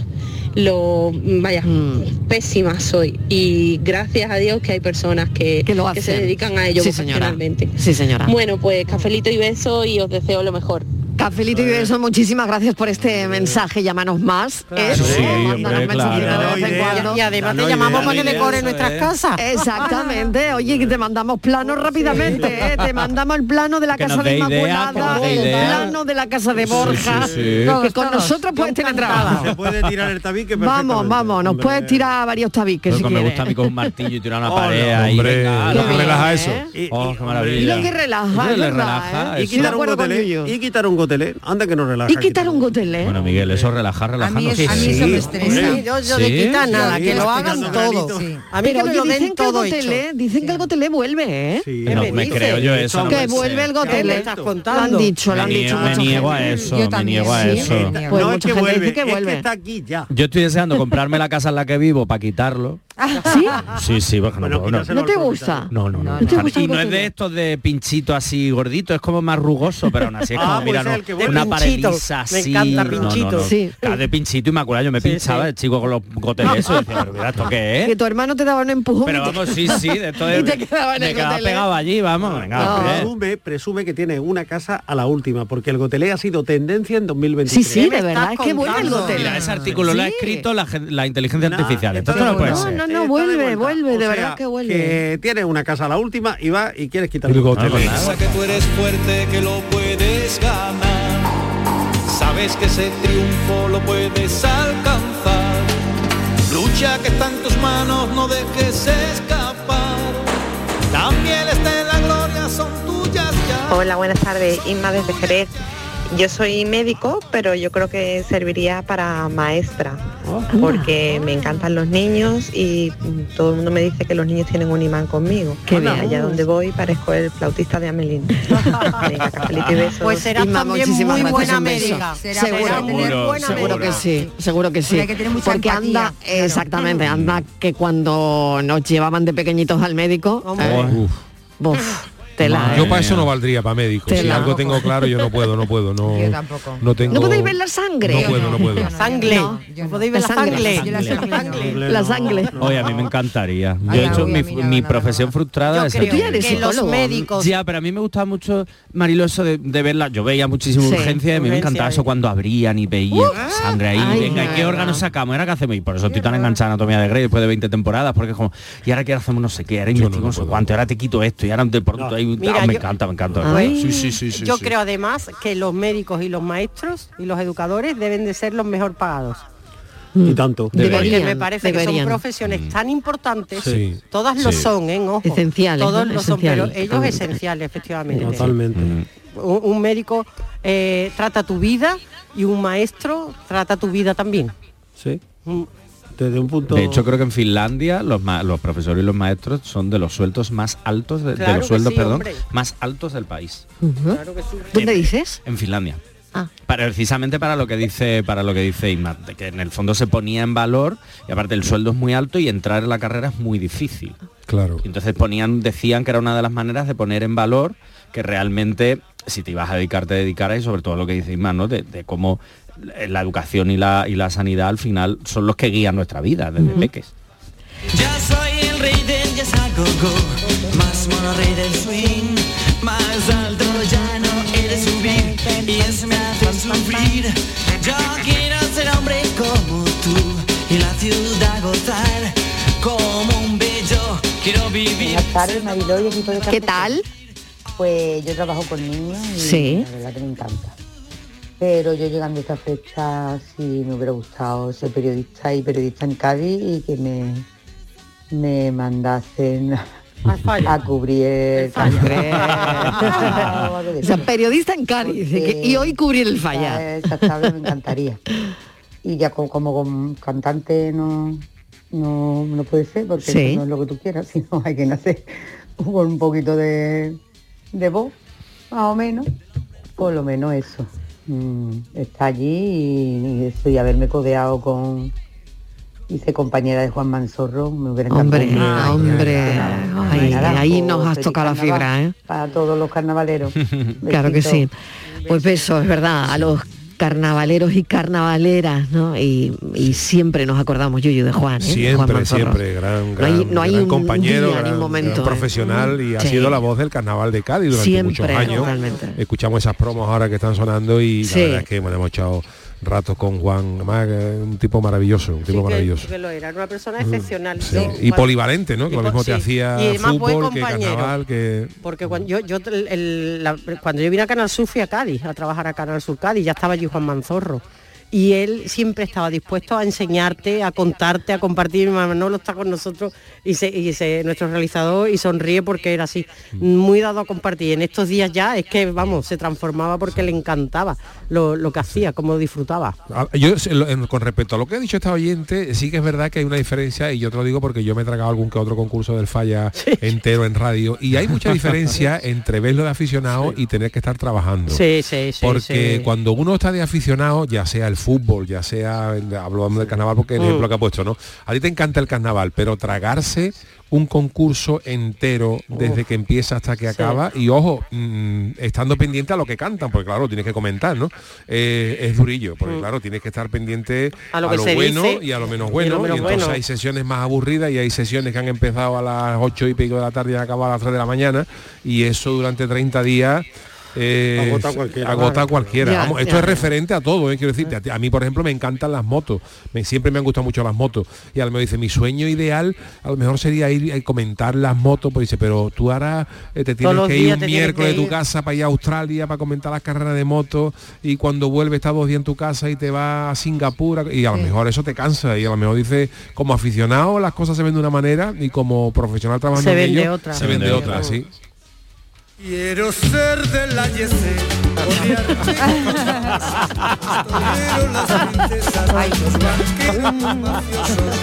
[SPEAKER 1] Lo, mm, vaya,
[SPEAKER 2] Mm.
[SPEAKER 1] pésima soy y gracias a Dios que hay personas que,
[SPEAKER 2] lo
[SPEAKER 1] que se
[SPEAKER 2] hacen.
[SPEAKER 1] dedican a ello
[SPEAKER 2] Sí, señora.
[SPEAKER 1] profesionalmente.
[SPEAKER 2] Sí, señora.
[SPEAKER 1] Bueno, pues cafelito y beso y os deseo lo mejor.
[SPEAKER 2] Cafelito y beso, muchísimas gracias por este mensaje. Llámanos más. ¿eh?
[SPEAKER 1] Sí,
[SPEAKER 2] Mándanos
[SPEAKER 1] hombre,
[SPEAKER 2] mensajitos
[SPEAKER 1] claro.
[SPEAKER 2] de vez
[SPEAKER 1] Danos
[SPEAKER 2] en
[SPEAKER 1] idea.
[SPEAKER 2] cuando.
[SPEAKER 1] Y además Danos te llamamos idea, para que danos decore idea, nuestras eso es. casas.
[SPEAKER 2] Exactamente. Oye, que te mandamos planos rápidamente. ¿eh? Te mandamos el plano de la
[SPEAKER 10] Que nos
[SPEAKER 2] Casa de
[SPEAKER 10] dé idea,
[SPEAKER 2] Inmaculada,
[SPEAKER 10] que nos dé
[SPEAKER 2] el
[SPEAKER 10] idea.
[SPEAKER 2] plano de la Casa de Borja.
[SPEAKER 10] sí, sí.
[SPEAKER 2] Que
[SPEAKER 10] Todos,
[SPEAKER 2] con
[SPEAKER 10] todos.
[SPEAKER 2] nosotros puedes tener trabajo.
[SPEAKER 7] Se puede tirar el tabique
[SPEAKER 2] Vamos, vamos, nos puedes tirar varios tabiques
[SPEAKER 6] Pero
[SPEAKER 2] si
[SPEAKER 6] que me
[SPEAKER 2] quieres.
[SPEAKER 6] gusta a mí con un martillo y tirar una
[SPEAKER 7] Oh,
[SPEAKER 6] pared
[SPEAKER 7] no,
[SPEAKER 6] ahí.
[SPEAKER 7] hombre,
[SPEAKER 6] venga,
[SPEAKER 7] lo
[SPEAKER 6] ala.
[SPEAKER 7] que relaja eso.
[SPEAKER 2] ¿eh?
[SPEAKER 6] Oh, qué maravilla.
[SPEAKER 2] Lo que relaja,
[SPEAKER 6] Eso
[SPEAKER 2] es
[SPEAKER 6] le
[SPEAKER 2] verdad,
[SPEAKER 6] relaja,
[SPEAKER 2] ¿eh?
[SPEAKER 6] eso.
[SPEAKER 7] Y quitar un gotelé. Y quitar un gotelé. Anda que no relaja.
[SPEAKER 2] Y quitar un gotelé.
[SPEAKER 6] Bueno, Miguel, eso relajar, relajar.
[SPEAKER 7] mí
[SPEAKER 6] no
[SPEAKER 7] es-
[SPEAKER 6] sé.
[SPEAKER 7] a mí eso me estresa.
[SPEAKER 6] hombre.
[SPEAKER 8] Yo, yo de
[SPEAKER 6] Sí,
[SPEAKER 8] quitar
[SPEAKER 6] sí,
[SPEAKER 8] nada,
[SPEAKER 6] sí,
[SPEAKER 8] que
[SPEAKER 6] sí.
[SPEAKER 8] lo hagan todo. este A mí
[SPEAKER 2] Pero
[SPEAKER 8] que me
[SPEAKER 2] oye,
[SPEAKER 8] lo
[SPEAKER 2] dicen
[SPEAKER 8] den
[SPEAKER 2] que el
[SPEAKER 8] todo
[SPEAKER 2] gotelé,
[SPEAKER 8] hecho.
[SPEAKER 2] ddicen que el gotelé vuelve, ¿eh?
[SPEAKER 6] Que no me creo yo eso. no
[SPEAKER 2] que
[SPEAKER 6] me
[SPEAKER 2] vuelve
[SPEAKER 6] sé.
[SPEAKER 2] el gotelé.
[SPEAKER 8] me estás
[SPEAKER 2] Lo han
[SPEAKER 8] contando?
[SPEAKER 2] dicho, lo han
[SPEAKER 6] Me
[SPEAKER 2] dicho.
[SPEAKER 6] niego- me
[SPEAKER 2] mucha
[SPEAKER 6] niego
[SPEAKER 2] gente.
[SPEAKER 6] a eso, Yo me también, niego a sí, eso. me niego.
[SPEAKER 2] Pues
[SPEAKER 7] No, es
[SPEAKER 2] mucha
[SPEAKER 7] que
[SPEAKER 2] gente
[SPEAKER 7] vuelve,
[SPEAKER 2] dice que
[SPEAKER 7] es que
[SPEAKER 2] vuelve.
[SPEAKER 7] está aquí ya.
[SPEAKER 6] Yo estoy deseando comprarme la casa en la que vivo para quitarlo.
[SPEAKER 2] ¿Sí?
[SPEAKER 6] Sí, sí, porque no, puedo, no.
[SPEAKER 2] ¿No te gusta?
[SPEAKER 6] No, no, no.
[SPEAKER 2] ¿No te
[SPEAKER 6] Para-
[SPEAKER 2] gusta
[SPEAKER 6] y
[SPEAKER 2] el
[SPEAKER 6] no es
[SPEAKER 2] gotelé?
[SPEAKER 6] de estos de pinchito así gordito, es como más rugoso, pero aún así es como,
[SPEAKER 2] Ah,
[SPEAKER 6] mira,
[SPEAKER 2] pues es
[SPEAKER 6] no,
[SPEAKER 2] el que vuelve.
[SPEAKER 6] una
[SPEAKER 2] De pinchito.
[SPEAKER 6] paraliza
[SPEAKER 2] Me
[SPEAKER 6] así.
[SPEAKER 2] encanta
[SPEAKER 6] no, no,
[SPEAKER 2] pinchito.
[SPEAKER 6] no.
[SPEAKER 2] Sí.
[SPEAKER 6] Ah, de pinchito inmaculado, yo me pinchaba el chico con los goteles esos, y decía, pero mira, ¿esto qué es?
[SPEAKER 2] Que tu hermano te daba un empujón.
[SPEAKER 6] Pero
[SPEAKER 2] y te-
[SPEAKER 6] vamos, sí, sí, de todo
[SPEAKER 2] Y te quedaba en
[SPEAKER 6] me
[SPEAKER 2] el ¿eh?
[SPEAKER 6] quedaba
[SPEAKER 2] gotelé.
[SPEAKER 6] pegado allí, vamos, venga,
[SPEAKER 7] No.
[SPEAKER 6] hombre.
[SPEAKER 7] Presume, presume que tiene una casa a la última, porque el gotelé ha sido tendencia en 2023.
[SPEAKER 2] Sí, sí, de verdad, es que vuelve el gotelé.
[SPEAKER 6] Mira, ese artículo lo ha escrito la, gen- la inteligencia artificial.
[SPEAKER 7] está
[SPEAKER 6] Entonces no
[SPEAKER 7] de
[SPEAKER 6] puede
[SPEAKER 7] vuelta.
[SPEAKER 6] ser.
[SPEAKER 2] No, no, vuelve, vuelve, de
[SPEAKER 7] O sea,
[SPEAKER 2] verdad que vuelve.
[SPEAKER 7] Que tienes una casa a la última y va y quieres quitar
[SPEAKER 5] El
[SPEAKER 6] Ah,
[SPEAKER 5] gotelé.
[SPEAKER 11] Piensa que tú eres fuerte, que lo puedes ganar. Sabes que ese triunfo lo puedes alcanzar. Lucha que está en tus manos, no dejes escapar. También está en la gloria, son tuyas ya.
[SPEAKER 10] Hola, buenas tardes. Inma desde Jerez. Yo soy médico, pero yo creo que serviría para maestra, porque me encantan los niños y todo el mundo me dice que los niños tienen un imán conmigo.
[SPEAKER 2] Qué
[SPEAKER 10] Que
[SPEAKER 2] bien.
[SPEAKER 10] allá donde voy parezco el flautista de Amelín. Venga, cafelito y besos.
[SPEAKER 2] Pues serás
[SPEAKER 10] Inma,
[SPEAKER 2] también
[SPEAKER 10] muchísimas
[SPEAKER 2] muy
[SPEAKER 10] gracias,
[SPEAKER 2] buena
[SPEAKER 10] un beso.
[SPEAKER 2] médica. Seguro, seguro que sí, seguro que sí.
[SPEAKER 9] Porque hay que tener mucha
[SPEAKER 2] Porque
[SPEAKER 9] empatía,
[SPEAKER 2] anda, exactamente, anda que cuando nos llevaban de pequeñitos al médico, eh,
[SPEAKER 5] Uf.
[SPEAKER 2] buf, tela.
[SPEAKER 5] Yo para eso no valdría, para médico.
[SPEAKER 2] Te
[SPEAKER 5] si
[SPEAKER 2] la-
[SPEAKER 5] algo tengo claro, yo no puedo, no puedo, no.
[SPEAKER 2] Yo tampoco. ¿Eh?
[SPEAKER 5] No tengo.
[SPEAKER 2] No podéis ver la sangre.
[SPEAKER 5] No puedo, no puedo.
[SPEAKER 8] Sangre. No podéis ver la sangre.
[SPEAKER 2] La sangre.
[SPEAKER 6] Oye, a mí me encantaría. Yo he
[SPEAKER 2] la
[SPEAKER 6] hecho
[SPEAKER 2] voy,
[SPEAKER 6] mi, mi profesión frustrada.
[SPEAKER 2] Yo
[SPEAKER 6] es
[SPEAKER 2] creo
[SPEAKER 6] ser
[SPEAKER 2] Tú ya eres
[SPEAKER 6] médico.
[SPEAKER 2] que los psicólogo. médicos-
[SPEAKER 6] Ya, pero a mí me gustaba mucho, Marilo, eso de, de verla. Yo veía muchísima
[SPEAKER 2] Sí,
[SPEAKER 6] urgencia y a mí me
[SPEAKER 2] urgencia,
[SPEAKER 6] encantaba eso cuando abrían y veía sangre ahí. venga, ¿y ¿qué órgano sacamos? Era que hacemos. Y por eso estoy tan enganchada a Anatomía de Grey después de 20 temporadas, porque es como, y ahora que hacemos no sé qué, ahora investigamos no sé cuánto, ahora te quito esto y ahora de pronto ahí-
[SPEAKER 8] mira,
[SPEAKER 6] ah, me
[SPEAKER 8] yo-
[SPEAKER 6] encanta, me encanta.
[SPEAKER 8] Ay.
[SPEAKER 6] sí, sí, sí, sí,
[SPEAKER 8] Pues, Yo
[SPEAKER 6] sí.
[SPEAKER 8] creo además que los médicos y los maestros y los educadores deben de ser los mejor pagados.
[SPEAKER 7] Y tanto.
[SPEAKER 8] Porque me parece que son profesiones tan importantes,
[SPEAKER 7] Sí.
[SPEAKER 8] todas lo
[SPEAKER 7] Sí.
[SPEAKER 8] son, ¿eh? Ojo.
[SPEAKER 2] Esenciales,
[SPEAKER 8] Todos
[SPEAKER 2] ¿no?
[SPEAKER 8] lo son, pero
[SPEAKER 2] Esenciales,
[SPEAKER 8] ellos
[SPEAKER 2] totalmente.
[SPEAKER 8] esenciales, efectivamente.
[SPEAKER 7] Totalmente.
[SPEAKER 8] Un, un médico eh, trata tu vida y un maestro trata tu vida también.
[SPEAKER 6] Sí.
[SPEAKER 8] Mm.
[SPEAKER 7] Desde un punto.
[SPEAKER 6] De hecho, creo que en Finlandia los, ma- los profesores y los maestros son de los sueldos más altos, de, de
[SPEAKER 2] Claro
[SPEAKER 6] los
[SPEAKER 2] que
[SPEAKER 6] sueldos,
[SPEAKER 2] sí,
[SPEAKER 6] perdón,
[SPEAKER 2] hombre.
[SPEAKER 6] más altos del país.
[SPEAKER 2] ¿Dónde dices?
[SPEAKER 6] En Finlandia.
[SPEAKER 2] Ah.
[SPEAKER 6] Para, precisamente para lo que dice para lo que dice Inma, de que en el fondo se ponía en valor y aparte el sueldo es muy alto y entrar en la carrera es muy difícil.
[SPEAKER 5] Claro.
[SPEAKER 6] Y Entonces ponían, decían que era una de las maneras de poner en valor que realmente si te ibas a dedicar te dedicaras y sobre todo lo que dice Inma, ¿no? De, de cómo la educación y la, y la sanidad al final son los que guían nuestra vida desde peques.
[SPEAKER 15] Ya soy el rey del jazz a go-go, más mono rey del swing, más alto ya no he de subir y eso me hace sufrir. Yo quiero ser hombre como tú y la ciudad gozar como un bello. Quiero vivir.
[SPEAKER 28] Buenas tardes, Mariló y equipo de
[SPEAKER 2] ¿Qué tal?
[SPEAKER 28] Pues yo trabajo con niños y
[SPEAKER 2] Sí.
[SPEAKER 28] la verdad que me encanta. Pero yo llegando a esta fecha sí me hubiera gustado ser periodista y periodista en Cádiz y que me, me mandasen a cubrir el Congreso.
[SPEAKER 2] O sea, periodista en Cádiz. dice que- y hoy cubrir el falla.
[SPEAKER 28] Esa tabla me encantaría. Y ya como, como con- cantante no, no, no puede ser, porque
[SPEAKER 2] Sí.
[SPEAKER 28] eso no es lo que tú quieras, sino hay que nacer con un poquito de, de voz, más o menos. Por lo menos eso. Mm, está allí y, y eso, y haberme codeado con... Hice compañera de Juan Manzorro, me hubiera encantado.
[SPEAKER 2] Hombre, hombre. Ay, ahí nos has tocado la fibra, ¿eh?
[SPEAKER 28] Para todos los carnavaleros.
[SPEAKER 2] Claro que
[SPEAKER 28] Besito.
[SPEAKER 2] sí. Pues eso, es verdad, a los carnavaleros y carnavaleras, ¿no? Y, y siempre nos acordamos, Yuyu, de Juan, ¿eh? Juan
[SPEAKER 5] Siempre,
[SPEAKER 2] Manzorro.
[SPEAKER 5] siempre, gran,
[SPEAKER 2] No hay-
[SPEAKER 5] gran,
[SPEAKER 2] no hay
[SPEAKER 5] gran
[SPEAKER 2] un
[SPEAKER 5] compañero,
[SPEAKER 2] día ni un
[SPEAKER 5] gran,
[SPEAKER 2] momento,
[SPEAKER 5] gran
[SPEAKER 2] ¿eh?
[SPEAKER 5] profesional y ha
[SPEAKER 2] Sí.
[SPEAKER 5] sido la voz del carnaval de Cádiz durante
[SPEAKER 2] Siempre,
[SPEAKER 5] muchos años.
[SPEAKER 2] totalmente.
[SPEAKER 5] Escuchamos esas promos ahora que están sonando y
[SPEAKER 2] Sí.
[SPEAKER 5] la verdad es que bueno, hemos echado ratos con Juan, además, eh, un tipo maravilloso, un tipo maravilloso. Mm.
[SPEAKER 8] Que lo era, era una persona excepcional.
[SPEAKER 5] Sí.
[SPEAKER 8] Yo,
[SPEAKER 5] Y
[SPEAKER 8] cuando-
[SPEAKER 5] polivalente, ¿no? Que lo
[SPEAKER 8] po-
[SPEAKER 5] mismo te
[SPEAKER 8] sí.
[SPEAKER 5] hacía
[SPEAKER 8] Y además buen
[SPEAKER 5] fútbol, que
[SPEAKER 8] compañero.
[SPEAKER 5] carnaval, que
[SPEAKER 8] Porque cuando yo, yo el- el- la- cuando yo vine a Canal Sur fui a Cádiz, a trabajar a Canal Sur Cádiz, ya estaba allí Juan Manzorro. Y él siempre estaba dispuesto a enseñarte, a contarte, a compartir. Mi mamá no lo está con nosotros y, se, y se- nuestro realizador y sonríe porque era así, muy dado a compartir. En estos días ya es que, vamos, se transformaba porque le encantaba lo, lo que hacía, cómo disfrutaba.
[SPEAKER 5] Ah, Yo, se- lo- en- con respecto a lo que ha dicho esta oyente, sí que es verdad que hay una diferencia, y yo te lo digo porque yo me he tragado algún que otro concurso del falla entero en radio, y hay mucha diferencia entre verlo de aficionado y tener que estar trabajando.
[SPEAKER 8] Sí, sí, sí,
[SPEAKER 5] Porque
[SPEAKER 8] sí.
[SPEAKER 5] cuando uno está de aficionado, ya sea el fútbol, ya sea, hablamos del carnaval porque es el
[SPEAKER 8] Mm.
[SPEAKER 5] ejemplo que ha puesto, ¿no? A ti te encanta el carnaval, pero tragarse un concurso entero desde que empieza hasta que acaba y ojo, mm, estando pendiente a lo que cantan, porque claro, tienes que comentar, ¿no? Eh, es durillo, porque claro, tienes que estar pendiente
[SPEAKER 8] Mm. A lo que se
[SPEAKER 5] bueno
[SPEAKER 8] dice
[SPEAKER 5] y a lo
[SPEAKER 8] y
[SPEAKER 5] menos
[SPEAKER 8] lo
[SPEAKER 5] bueno. Y,
[SPEAKER 8] menos
[SPEAKER 5] entonces
[SPEAKER 8] bueno.
[SPEAKER 5] hay sesiones más aburridas y hay sesiones que han empezado a las 8 y pico de la tarde y han acabado a las 3 de la mañana. Y eso durante 30 días eh,
[SPEAKER 7] Agota
[SPEAKER 5] se-
[SPEAKER 7] cualquiera.
[SPEAKER 5] agota
[SPEAKER 7] Claro,
[SPEAKER 5] cualquiera.
[SPEAKER 7] claro.
[SPEAKER 5] Vamos,
[SPEAKER 7] Ya,
[SPEAKER 5] esto
[SPEAKER 7] ya.
[SPEAKER 5] es referente a todo, eh, quiero decirte. A ti- A, mí, por ejemplo, me encantan las motos. Me, siempre me han gustado mucho las motos. Y a lo mejor dice, mi sueño ideal a lo mejor sería ir a comentar las motos. Pues dice, pero tú ahora eh, te tienes
[SPEAKER 29] los
[SPEAKER 5] que ir
[SPEAKER 29] días
[SPEAKER 5] un
[SPEAKER 29] te tienes
[SPEAKER 5] miércoles
[SPEAKER 29] que
[SPEAKER 5] de tu
[SPEAKER 29] ir".
[SPEAKER 5] casa para ir a Australia, para comentar las carreras de motos. Y cuando vuelves estás dos días en tu casa y te vas a Singapur. Y a lo
[SPEAKER 29] Sí.
[SPEAKER 5] mejor eso te cansa. Y a lo mejor dice, como aficionado las cosas se ven de una manera y como profesional trabajando
[SPEAKER 29] Se
[SPEAKER 5] en
[SPEAKER 29] ven de
[SPEAKER 5] ello,
[SPEAKER 29] otra.
[SPEAKER 5] Se ven de otra, sí.
[SPEAKER 4] Quiero ser de la Yese, odiarte con más. Tolero las princesas, los banqueros mafiosos.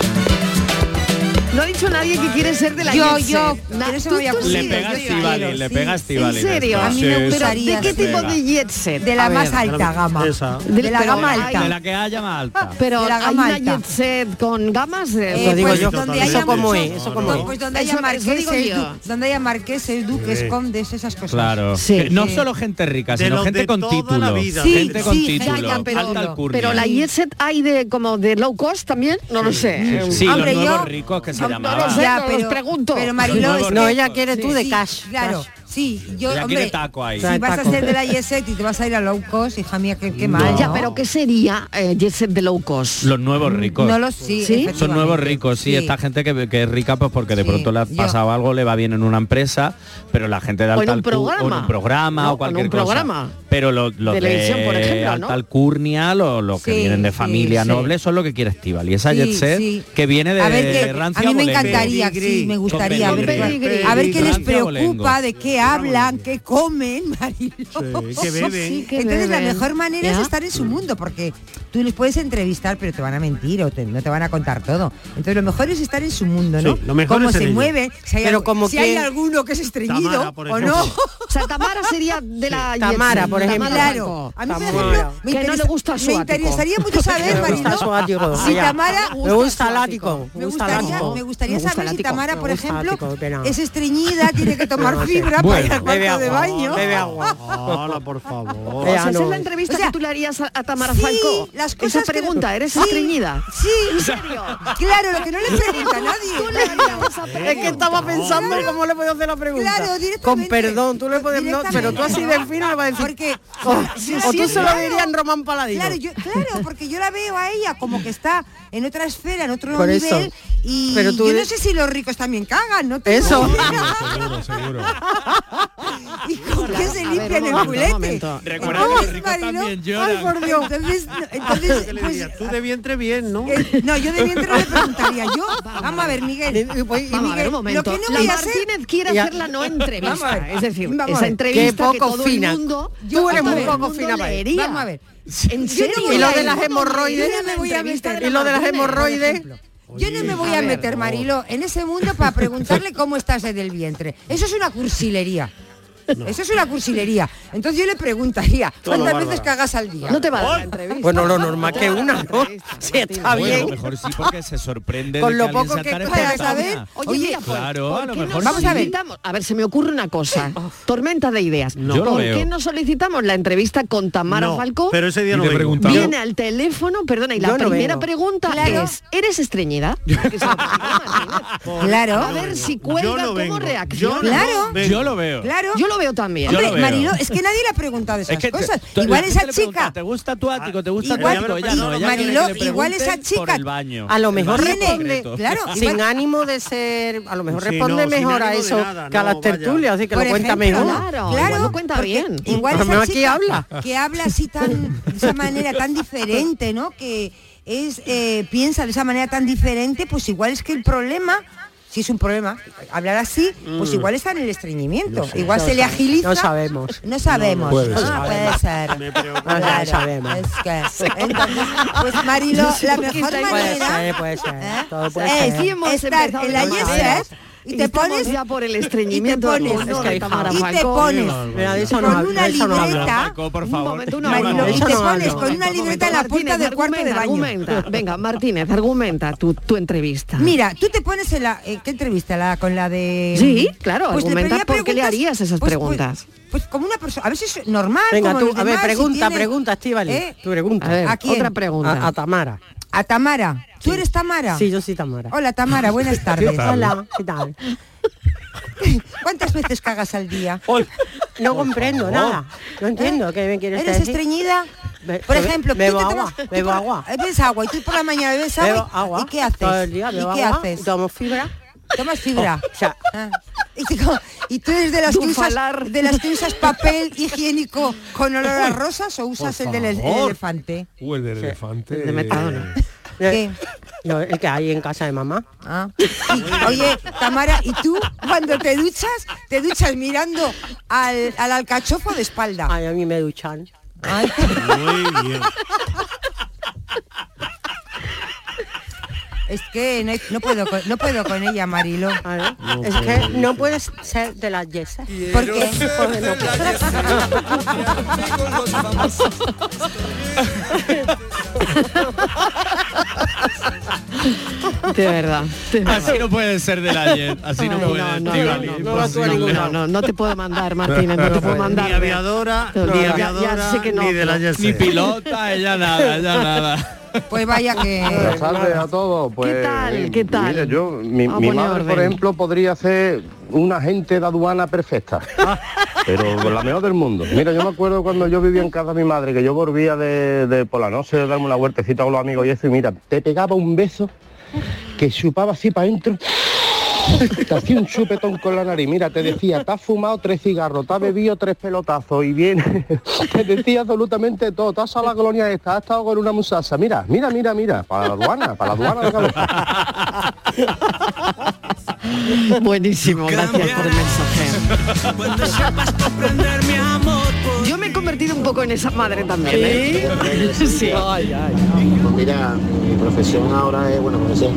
[SPEAKER 2] No ha dicho nadie que quiere ser de la
[SPEAKER 9] Yo,
[SPEAKER 2] Yese.
[SPEAKER 9] yo,
[SPEAKER 2] Na-
[SPEAKER 9] pero eso
[SPEAKER 2] tú-
[SPEAKER 9] me había
[SPEAKER 2] tú
[SPEAKER 9] ocurrido,
[SPEAKER 2] sí,
[SPEAKER 6] Le pega
[SPEAKER 2] yo
[SPEAKER 6] a Estivali,
[SPEAKER 2] quiero,
[SPEAKER 6] le
[SPEAKER 2] sí.
[SPEAKER 6] pega a Estivali
[SPEAKER 2] ¿En serio?
[SPEAKER 6] esto.
[SPEAKER 2] A mí me
[SPEAKER 6] Sí,
[SPEAKER 2] gustaría.
[SPEAKER 6] sí,
[SPEAKER 2] ¿De qué
[SPEAKER 6] sí.
[SPEAKER 2] tipo de jet set?
[SPEAKER 9] De la
[SPEAKER 2] A
[SPEAKER 9] más
[SPEAKER 2] ver.
[SPEAKER 9] alta gama.
[SPEAKER 6] Esa.
[SPEAKER 9] De la gama alta.
[SPEAKER 6] De la que haya más alta.
[SPEAKER 2] Pero
[SPEAKER 9] De la
[SPEAKER 2] hay
[SPEAKER 9] gama
[SPEAKER 2] una
[SPEAKER 9] alta.
[SPEAKER 2] jet set con gamas de...
[SPEAKER 9] Eh, pues
[SPEAKER 6] Totalmente.
[SPEAKER 9] donde haya
[SPEAKER 6] ¿Eso cómo
[SPEAKER 9] muchos-
[SPEAKER 6] es? ¿Eso cómo
[SPEAKER 9] pues,
[SPEAKER 6] es?
[SPEAKER 9] pues donde
[SPEAKER 2] Eso-
[SPEAKER 9] haya
[SPEAKER 2] eso digo
[SPEAKER 9] marqueses,
[SPEAKER 2] yo.
[SPEAKER 9] du- donde haya marqueses, duques,
[SPEAKER 6] Sí.
[SPEAKER 9] condes, esas cosas.
[SPEAKER 6] Claro. Que no solo gente rica,
[SPEAKER 7] De
[SPEAKER 6] sino
[SPEAKER 7] los
[SPEAKER 6] gente
[SPEAKER 7] de
[SPEAKER 6] con
[SPEAKER 7] toda la
[SPEAKER 6] título.
[SPEAKER 7] vida.
[SPEAKER 2] Sí,
[SPEAKER 6] gente con
[SPEAKER 2] sí,
[SPEAKER 6] título.
[SPEAKER 2] ya, ya, pero,
[SPEAKER 6] alta alcurnia.
[SPEAKER 2] pero la jet set hay de como de low cost también, no lo sé.
[SPEAKER 6] Sí,
[SPEAKER 2] Hombre,
[SPEAKER 6] los nuevos
[SPEAKER 2] yo-
[SPEAKER 6] ricos que se
[SPEAKER 2] no,
[SPEAKER 6] llamaban.
[SPEAKER 2] No lo sé, no los pregunto.
[SPEAKER 9] Pero Mariló, es que-
[SPEAKER 6] No,
[SPEAKER 9] ella
[SPEAKER 2] quiere tú de cash,
[SPEAKER 9] Claro,
[SPEAKER 2] cash.
[SPEAKER 9] sí, yo,
[SPEAKER 6] Ella quiere
[SPEAKER 9] hombre,
[SPEAKER 6] taco ahí.
[SPEAKER 9] si
[SPEAKER 6] Trae
[SPEAKER 9] vas
[SPEAKER 6] taco.
[SPEAKER 9] a ser de la Yeset y te vas a ir a low cost, hija mía, qué, qué mal.
[SPEAKER 2] Ya,
[SPEAKER 9] ¿no?
[SPEAKER 2] pero ¿qué sería eh, jet set de low cost?
[SPEAKER 6] Los nuevos ricos.
[SPEAKER 9] No lo- sí,
[SPEAKER 6] Son
[SPEAKER 9] efectivamente.
[SPEAKER 6] nuevos ricos, sí,
[SPEAKER 9] Sí.
[SPEAKER 6] esta gente que, que es rica pues porque de pronto le ha
[SPEAKER 9] yo-
[SPEAKER 6] pasado algo, le va bien en una empresa, pero la gente de
[SPEAKER 2] O en
[SPEAKER 6] alta
[SPEAKER 2] un
[SPEAKER 6] alcu- o en
[SPEAKER 2] programa.
[SPEAKER 6] un programa
[SPEAKER 2] No,
[SPEAKER 6] o cualquier
[SPEAKER 2] en un
[SPEAKER 6] cosa.
[SPEAKER 2] programa.
[SPEAKER 6] Pero los, los
[SPEAKER 2] Televisión,
[SPEAKER 6] de
[SPEAKER 2] por ejemplo, ¿no?
[SPEAKER 6] alta alcurnia, los, los que
[SPEAKER 9] Sí,
[SPEAKER 6] vienen de
[SPEAKER 9] sí,
[SPEAKER 6] familia
[SPEAKER 9] sí.
[SPEAKER 6] noble, son lo que quiere Estival. Y esa
[SPEAKER 9] Sí,
[SPEAKER 6] jet set
[SPEAKER 9] sí.
[SPEAKER 6] que viene de
[SPEAKER 9] a ver, que,
[SPEAKER 6] rancia
[SPEAKER 9] a mí me
[SPEAKER 6] abolengo.
[SPEAKER 9] encantaría, sí, me gustaría a ver,
[SPEAKER 6] Con
[SPEAKER 9] qué-
[SPEAKER 6] pedigrí.
[SPEAKER 9] a ver qué les
[SPEAKER 6] Rancia abolengo.
[SPEAKER 9] preocupa, de qué hablan, qué comen, Mariló.
[SPEAKER 6] Sí, qué beben.
[SPEAKER 9] Sí,
[SPEAKER 2] qué
[SPEAKER 9] Entonces la
[SPEAKER 2] beben.
[SPEAKER 9] mejor manera es
[SPEAKER 2] Ya.
[SPEAKER 9] estar en su mundo, porque tú les puedes entrevistar, pero te van a mentir o te- no te van a contar todo. Entonces lo mejor es estar en su mundo, ¿no?
[SPEAKER 7] Sí, lo mejor
[SPEAKER 9] Cómo
[SPEAKER 7] es en
[SPEAKER 9] se
[SPEAKER 7] ello.
[SPEAKER 9] mueven, si hay,
[SPEAKER 7] Pero
[SPEAKER 9] algo-
[SPEAKER 7] como
[SPEAKER 9] si
[SPEAKER 7] que-
[SPEAKER 9] hay alguno que es estreñido
[SPEAKER 7] Tamara, por
[SPEAKER 9] o no.
[SPEAKER 7] ejemplo.
[SPEAKER 2] O sea, Tamara sería de la jet
[SPEAKER 8] Tamara,
[SPEAKER 2] set.
[SPEAKER 8] por ejemplo.
[SPEAKER 9] Claro, a mí por
[SPEAKER 8] Tamara.
[SPEAKER 9] ejemplo, me,
[SPEAKER 2] Que no le gusta su
[SPEAKER 9] me
[SPEAKER 2] ático.
[SPEAKER 9] interesaría mucho
[SPEAKER 8] Que
[SPEAKER 9] saber,
[SPEAKER 8] le gusta
[SPEAKER 9] Mariló,
[SPEAKER 8] su ático,
[SPEAKER 9] si
[SPEAKER 8] ya.
[SPEAKER 9] Tamara...
[SPEAKER 8] Me gusta el ático.
[SPEAKER 9] Me gustaría, me gustaría
[SPEAKER 8] Me gusta
[SPEAKER 9] saber
[SPEAKER 8] el
[SPEAKER 9] si
[SPEAKER 8] ático,
[SPEAKER 9] Tamara,
[SPEAKER 8] me
[SPEAKER 9] por
[SPEAKER 8] gusta el
[SPEAKER 9] ejemplo,
[SPEAKER 8] ático, pena.
[SPEAKER 9] es estreñida, tiene que
[SPEAKER 8] No
[SPEAKER 9] tomar
[SPEAKER 8] sé.
[SPEAKER 9] fibra para ir al
[SPEAKER 8] Bebe
[SPEAKER 9] cuarto de
[SPEAKER 8] agua,
[SPEAKER 9] baño.
[SPEAKER 8] bebe agua.
[SPEAKER 7] Hola, por favor.
[SPEAKER 2] O sea, esa es
[SPEAKER 8] no.
[SPEAKER 2] la entrevista que tú le harías a, a Tamara
[SPEAKER 9] Sí,
[SPEAKER 2] Falcó.
[SPEAKER 9] las
[SPEAKER 2] Esa
[SPEAKER 9] cosas que-
[SPEAKER 2] pregunta, ¿eres
[SPEAKER 9] Sí,
[SPEAKER 2] estreñida?
[SPEAKER 9] Sí, claro, lo que no le pregunta a
[SPEAKER 2] Tú
[SPEAKER 9] nadie.
[SPEAKER 2] le harías esa pregunta.
[SPEAKER 8] Es que estaba pensando
[SPEAKER 9] Claro.
[SPEAKER 8] cómo le puedo hacer la pregunta.
[SPEAKER 9] Claro, directamente.
[SPEAKER 8] Con perdón, tú le puedes... no, pero tú así de
[SPEAKER 9] Directamente.
[SPEAKER 8] fino le vas a decir...
[SPEAKER 9] Porque
[SPEAKER 8] O, o tú se lo
[SPEAKER 9] claro.
[SPEAKER 8] dirías en Román Paladino.
[SPEAKER 9] Claro, yo- claro, porque yo la veo a ella como que está en otra esfera, en otro
[SPEAKER 8] Por
[SPEAKER 9] nivel.
[SPEAKER 8] eso.
[SPEAKER 9] Y
[SPEAKER 8] Pero tú
[SPEAKER 9] yo
[SPEAKER 8] de-
[SPEAKER 9] no sé si los ricos también cagan, ¿no?
[SPEAKER 8] Eso.
[SPEAKER 5] Seguro, seguro.
[SPEAKER 9] ¿Y con qué se
[SPEAKER 2] A ver,
[SPEAKER 9] limpian
[SPEAKER 2] un
[SPEAKER 9] el
[SPEAKER 2] momento, un
[SPEAKER 9] culete?
[SPEAKER 2] momento.
[SPEAKER 6] Recuerda que
[SPEAKER 9] Ay,
[SPEAKER 6] los ricos
[SPEAKER 9] Mariló,
[SPEAKER 6] también lloran.
[SPEAKER 9] Ay, por Dios. Entonces, no, entonces,
[SPEAKER 7] ¿Qué le
[SPEAKER 9] pues,
[SPEAKER 7] dirías? Tú de vientre bien, ¿no?
[SPEAKER 9] eh, no, yo de vientre no le preguntaría. Yo, vamos a ver, Miguel.
[SPEAKER 7] Eh,
[SPEAKER 8] Y- y- pues, y
[SPEAKER 2] Vamos a
[SPEAKER 8] Miguel,
[SPEAKER 2] ver un
[SPEAKER 9] lo
[SPEAKER 2] momento.
[SPEAKER 9] que no
[SPEAKER 2] la
[SPEAKER 9] voy a hacer-
[SPEAKER 2] Martínez quiere
[SPEAKER 8] Ya.
[SPEAKER 2] hacer la no
[SPEAKER 9] Vamos a ver.
[SPEAKER 2] entrevista. Es decir,
[SPEAKER 9] Vamos a ver.
[SPEAKER 2] esa
[SPEAKER 8] Qué
[SPEAKER 2] entrevista que
[SPEAKER 8] poco
[SPEAKER 2] todo
[SPEAKER 8] fina.
[SPEAKER 2] el mundo.
[SPEAKER 8] Tú eres
[SPEAKER 2] todo
[SPEAKER 8] muy
[SPEAKER 2] el
[SPEAKER 8] poco
[SPEAKER 2] mundo
[SPEAKER 8] fina para
[SPEAKER 2] leería.
[SPEAKER 8] eso.
[SPEAKER 9] Vamos a ver.
[SPEAKER 2] ¿En
[SPEAKER 9] Yo no
[SPEAKER 2] serio?
[SPEAKER 9] voy
[SPEAKER 8] Y lo
[SPEAKER 9] a-
[SPEAKER 8] de las
[SPEAKER 9] yo no
[SPEAKER 8] hemorroides.
[SPEAKER 9] me voy a
[SPEAKER 2] Entrevista
[SPEAKER 9] meter
[SPEAKER 8] Y lo de las
[SPEAKER 2] Martínez, por
[SPEAKER 8] hemorroides.
[SPEAKER 2] ejemplo.
[SPEAKER 9] Yo no me voy
[SPEAKER 2] A
[SPEAKER 9] a
[SPEAKER 2] ver.
[SPEAKER 9] meter, Marilo, en ese mundo para preguntarle cómo estás desde el vientre. Eso es una cursilería. Eso es una cursilería. Entonces yo le preguntaría,
[SPEAKER 7] Todo
[SPEAKER 9] ¿cuántas
[SPEAKER 7] bárbara.
[SPEAKER 9] veces cagas al día?
[SPEAKER 2] No te va a dar la entrevista.
[SPEAKER 8] Bueno, lo normal que una, ¿no?
[SPEAKER 2] Entrevista,
[SPEAKER 8] Si está
[SPEAKER 6] Bueno, a lo
[SPEAKER 8] bien.
[SPEAKER 6] mejor sí porque se sorprende
[SPEAKER 8] Con
[SPEAKER 6] de
[SPEAKER 8] lo
[SPEAKER 6] que alguien
[SPEAKER 8] poco
[SPEAKER 6] sea
[SPEAKER 8] que
[SPEAKER 6] tan
[SPEAKER 8] pueda
[SPEAKER 6] espontánea.
[SPEAKER 9] saber,
[SPEAKER 2] Oye,
[SPEAKER 9] Oye,
[SPEAKER 2] mira, ¿por-
[SPEAKER 6] claro,
[SPEAKER 2] ¿por
[SPEAKER 6] a lo
[SPEAKER 2] qué no
[SPEAKER 6] mejor
[SPEAKER 9] Vamos a ver.
[SPEAKER 2] solicitamos- A ver, se me ocurre una cosa.
[SPEAKER 9] Oh.
[SPEAKER 2] Tormenta de ideas.
[SPEAKER 6] No. Yo lo
[SPEAKER 2] ¿Por
[SPEAKER 6] veo.
[SPEAKER 2] qué no solicitamos la entrevista con Tamara
[SPEAKER 7] No,
[SPEAKER 2] Falcó?
[SPEAKER 7] pero ese
[SPEAKER 5] Y
[SPEAKER 7] día no
[SPEAKER 5] te
[SPEAKER 7] vengo.
[SPEAKER 5] preguntaba.
[SPEAKER 2] Viene al teléfono, perdona, y la
[SPEAKER 8] Yo no
[SPEAKER 2] primera
[SPEAKER 8] vengo.
[SPEAKER 2] pregunta
[SPEAKER 9] Claro.
[SPEAKER 2] es, ¿eres estreñida? Que se lo pregunta Martínez.
[SPEAKER 9] Claro.
[SPEAKER 2] A ver si cuelga,
[SPEAKER 7] Yo no
[SPEAKER 2] cómo
[SPEAKER 7] vengo.
[SPEAKER 2] reacciona.
[SPEAKER 7] Yo no
[SPEAKER 9] Claro.
[SPEAKER 7] vengo.
[SPEAKER 6] Yo lo veo.
[SPEAKER 9] Claro.
[SPEAKER 2] Yo lo veo también.
[SPEAKER 6] Yo
[SPEAKER 9] Hombre,
[SPEAKER 6] lo veo.
[SPEAKER 9] Marilo, es que nadie le ha preguntado esas
[SPEAKER 6] te-
[SPEAKER 9] cosas.
[SPEAKER 6] tú- la
[SPEAKER 9] igual
[SPEAKER 6] gente
[SPEAKER 9] esa
[SPEAKER 6] le pregunta,
[SPEAKER 9] chica.
[SPEAKER 6] ¿Te gusta tu ático? ¿Te gusta
[SPEAKER 9] Igual-
[SPEAKER 6] tu ático? Ella
[SPEAKER 9] y-
[SPEAKER 6] no, ella quiere que
[SPEAKER 9] Mariló,
[SPEAKER 6] le
[SPEAKER 9] igual esa
[SPEAKER 6] pregunten por
[SPEAKER 9] chica-
[SPEAKER 6] el baño.
[SPEAKER 8] A lo mejor
[SPEAKER 6] El baño
[SPEAKER 9] responde-
[SPEAKER 6] concreto.
[SPEAKER 9] claro,
[SPEAKER 8] Sin
[SPEAKER 9] igual-
[SPEAKER 8] ánimo de ser, a lo mejor
[SPEAKER 7] Sí,
[SPEAKER 8] responde
[SPEAKER 7] no, sin
[SPEAKER 8] mejor a
[SPEAKER 7] ánimo de
[SPEAKER 8] eso
[SPEAKER 7] nada,
[SPEAKER 8] que a
[SPEAKER 7] no,
[SPEAKER 8] las
[SPEAKER 7] vaya.
[SPEAKER 8] tertulias, así que
[SPEAKER 9] Por
[SPEAKER 8] lo cuenta
[SPEAKER 9] ejemplo,
[SPEAKER 8] mejor.
[SPEAKER 2] Claro, igual lo cuenta
[SPEAKER 9] porque
[SPEAKER 2] bien.
[SPEAKER 9] Igual
[SPEAKER 8] Pero
[SPEAKER 9] esa
[SPEAKER 8] aquí
[SPEAKER 9] chica
[SPEAKER 8] habla.
[SPEAKER 9] que habla así tan, de esa manera tan diferente, ¿no? Que es eh, piensa de esa manera tan diferente, pues igual es que el problema, si es un problema, hablar así, pues igual está en el estreñimiento. igual se le agiliza.
[SPEAKER 8] No sabemos.
[SPEAKER 9] No sabemos.
[SPEAKER 5] Puede ser.
[SPEAKER 9] Ah, puede ser.
[SPEAKER 7] Me preocupa.
[SPEAKER 9] Claro,
[SPEAKER 8] No Ah, sabemos.
[SPEAKER 9] Es que, entonces, pues Marilo,
[SPEAKER 2] No sé
[SPEAKER 9] la
[SPEAKER 2] por qué
[SPEAKER 9] mejor
[SPEAKER 2] estáis-
[SPEAKER 8] Puede
[SPEAKER 9] manera
[SPEAKER 8] ser, puede ser.
[SPEAKER 9] ¿Eh?
[SPEAKER 8] Todo puede
[SPEAKER 9] Es-
[SPEAKER 8] ser.
[SPEAKER 2] hemos
[SPEAKER 9] estar
[SPEAKER 2] empezado
[SPEAKER 9] en la
[SPEAKER 2] de maneras.
[SPEAKER 9] ISS y
[SPEAKER 2] Y
[SPEAKER 9] te
[SPEAKER 2] estamos
[SPEAKER 9] pones
[SPEAKER 2] ya por el estreñimiento
[SPEAKER 9] y te pones,
[SPEAKER 2] del honor
[SPEAKER 8] es que
[SPEAKER 2] de Tamara
[SPEAKER 9] y te
[SPEAKER 2] Falcó.
[SPEAKER 9] pones
[SPEAKER 8] Mira, de eso no
[SPEAKER 9] con
[SPEAKER 8] hablo,
[SPEAKER 9] una
[SPEAKER 8] de eso no hablo.
[SPEAKER 9] libreta
[SPEAKER 6] Marco, por
[SPEAKER 2] Un
[SPEAKER 6] favor.
[SPEAKER 2] momento, una
[SPEAKER 9] Marilo,
[SPEAKER 2] momento.
[SPEAKER 9] y te
[SPEAKER 8] Eso no
[SPEAKER 9] pones
[SPEAKER 8] hablo.
[SPEAKER 9] con una libreta en la
[SPEAKER 2] Martínez,
[SPEAKER 9] puerta del cuarto de baño
[SPEAKER 2] argumenta. Venga, Martínez, argumenta tu, tu entrevista.
[SPEAKER 9] Mira, tú te pones en la... eh, ¿Qué entrevista? ¿La, ¿Con la de...? mm,
[SPEAKER 2] Sí, claro, argumenta
[SPEAKER 9] pedía
[SPEAKER 2] por qué le
[SPEAKER 9] preguntas,
[SPEAKER 2] harías esas
[SPEAKER 9] pues,
[SPEAKER 2] preguntas.
[SPEAKER 9] Pues, pues como una persona... A ver si es normal,
[SPEAKER 8] Venga,
[SPEAKER 9] como
[SPEAKER 8] tú,
[SPEAKER 9] los
[SPEAKER 8] a ver,
[SPEAKER 9] demás, si
[SPEAKER 8] pregunta,
[SPEAKER 9] tiene-
[SPEAKER 8] pregunta, Estivali.
[SPEAKER 9] ¿Eh?
[SPEAKER 8] Tú pregunta.
[SPEAKER 2] a ver,
[SPEAKER 9] ¿a quién?
[SPEAKER 2] otra pregunta.
[SPEAKER 8] A, a Tamara.
[SPEAKER 9] A Tamara. ¿Tú
[SPEAKER 8] Sí.
[SPEAKER 9] eres Tamara?
[SPEAKER 8] Sí, yo soy Tamara.
[SPEAKER 9] Hola, Tamara, buenas tardes.
[SPEAKER 8] Hola, ¿qué tal?
[SPEAKER 9] ¿Cuántas veces cagas al día? ¿Eh?
[SPEAKER 8] no comprendo nada. No entiendo qué me quieres
[SPEAKER 9] ¿Eres
[SPEAKER 8] decir.
[SPEAKER 9] estreñida?
[SPEAKER 8] Be-
[SPEAKER 9] Por
[SPEAKER 8] be-
[SPEAKER 9] ejemplo,
[SPEAKER 8] bebo
[SPEAKER 9] tú te
[SPEAKER 8] agua,
[SPEAKER 9] tomas- tú por
[SPEAKER 8] bebo
[SPEAKER 9] la-
[SPEAKER 8] agua.
[SPEAKER 9] eh, Bebes agua y tú por la mañana bebes agua.
[SPEAKER 8] Bebo
[SPEAKER 9] y-
[SPEAKER 8] agua.
[SPEAKER 9] ¿Y qué haces?
[SPEAKER 8] Todo el día
[SPEAKER 9] ¿Y
[SPEAKER 8] bebo
[SPEAKER 9] qué
[SPEAKER 8] agua,
[SPEAKER 9] haces?
[SPEAKER 8] tomo fibra. Oh,
[SPEAKER 9] Tomas fibra.
[SPEAKER 8] O sea,
[SPEAKER 9] Ah. Y, te co- y tú eres de las, que usas,
[SPEAKER 8] Dufalar.
[SPEAKER 9] de las que usas papel higiénico con olor a rosas o usas
[SPEAKER 5] Por
[SPEAKER 9] el del el
[SPEAKER 5] favor.
[SPEAKER 9] elefante.
[SPEAKER 5] Uh, el del elefante.
[SPEAKER 8] de Mercadona. Lo- el que hay en casa de mamá.
[SPEAKER 9] Ah. Y, oye, Tamara, ¿y tú cuando te duchas, te duchas mirando al, al alcachofo de espalda? Ay,
[SPEAKER 8] a mí me duchan.
[SPEAKER 7] Muy bien.
[SPEAKER 9] Es que no, no puedo, con, no puedo con ella, Marilo.
[SPEAKER 8] No es que puedo. no puedes ser de las yesas.
[SPEAKER 9] ¿Por qué?
[SPEAKER 8] Porque no
[SPEAKER 2] De verdad. de verdad.
[SPEAKER 6] Así no puede ser de la Jet. Así no,
[SPEAKER 2] Ay,
[SPEAKER 6] puede
[SPEAKER 2] no,
[SPEAKER 6] ser.
[SPEAKER 2] no,
[SPEAKER 6] Digo,
[SPEAKER 2] no, no, no,
[SPEAKER 6] imposible.
[SPEAKER 2] no, no, no, no te puedo mandar, Martínez, no te puedo mandar.
[SPEAKER 7] Ni aviadora,
[SPEAKER 2] Te
[SPEAKER 7] ni
[SPEAKER 2] olvidas, ya-
[SPEAKER 7] aviadora,
[SPEAKER 2] ya sé que no,
[SPEAKER 7] ni de la
[SPEAKER 2] pero-
[SPEAKER 7] Yese.
[SPEAKER 6] Ni pilota, ella nada, ella nada.
[SPEAKER 9] Pues vaya
[SPEAKER 7] Eh,
[SPEAKER 9] que...
[SPEAKER 30] Buenas tardes a todos. Pues,
[SPEAKER 2] tal? ¿Qué tal?
[SPEAKER 30] Mira, yo, mi,
[SPEAKER 2] Vamos a
[SPEAKER 30] mi
[SPEAKER 2] poner
[SPEAKER 30] madre, por
[SPEAKER 2] orden.
[SPEAKER 30] ejemplo, podría ser un agente de aduana perfecta. pero la mejor del mundo. Mira, yo me acuerdo cuando yo vivía en casa de mi madre, que yo volvía de, de por la noche, darme una vueltecita con los amigos y eso, y mira, te pegaba un beso que chupaba así para adentro. Te hacía un chupetón con la nariz. Mira, te decía, te has fumado tres cigarros, te has bebido tres pelotazos y bien. Te decía absolutamente todo. Te has ido a la colonia esta, has estado con una musasa. Mira, mira, mira, mira. Para la aduana, para la aduana de Galo.
[SPEAKER 2] Buenísimo, gracias por el mensaje. Yo me he convertido un poco en esa madre también. ¿eh? Sí.
[SPEAKER 29] Mira, mi profesión ahora es, bueno, profesión.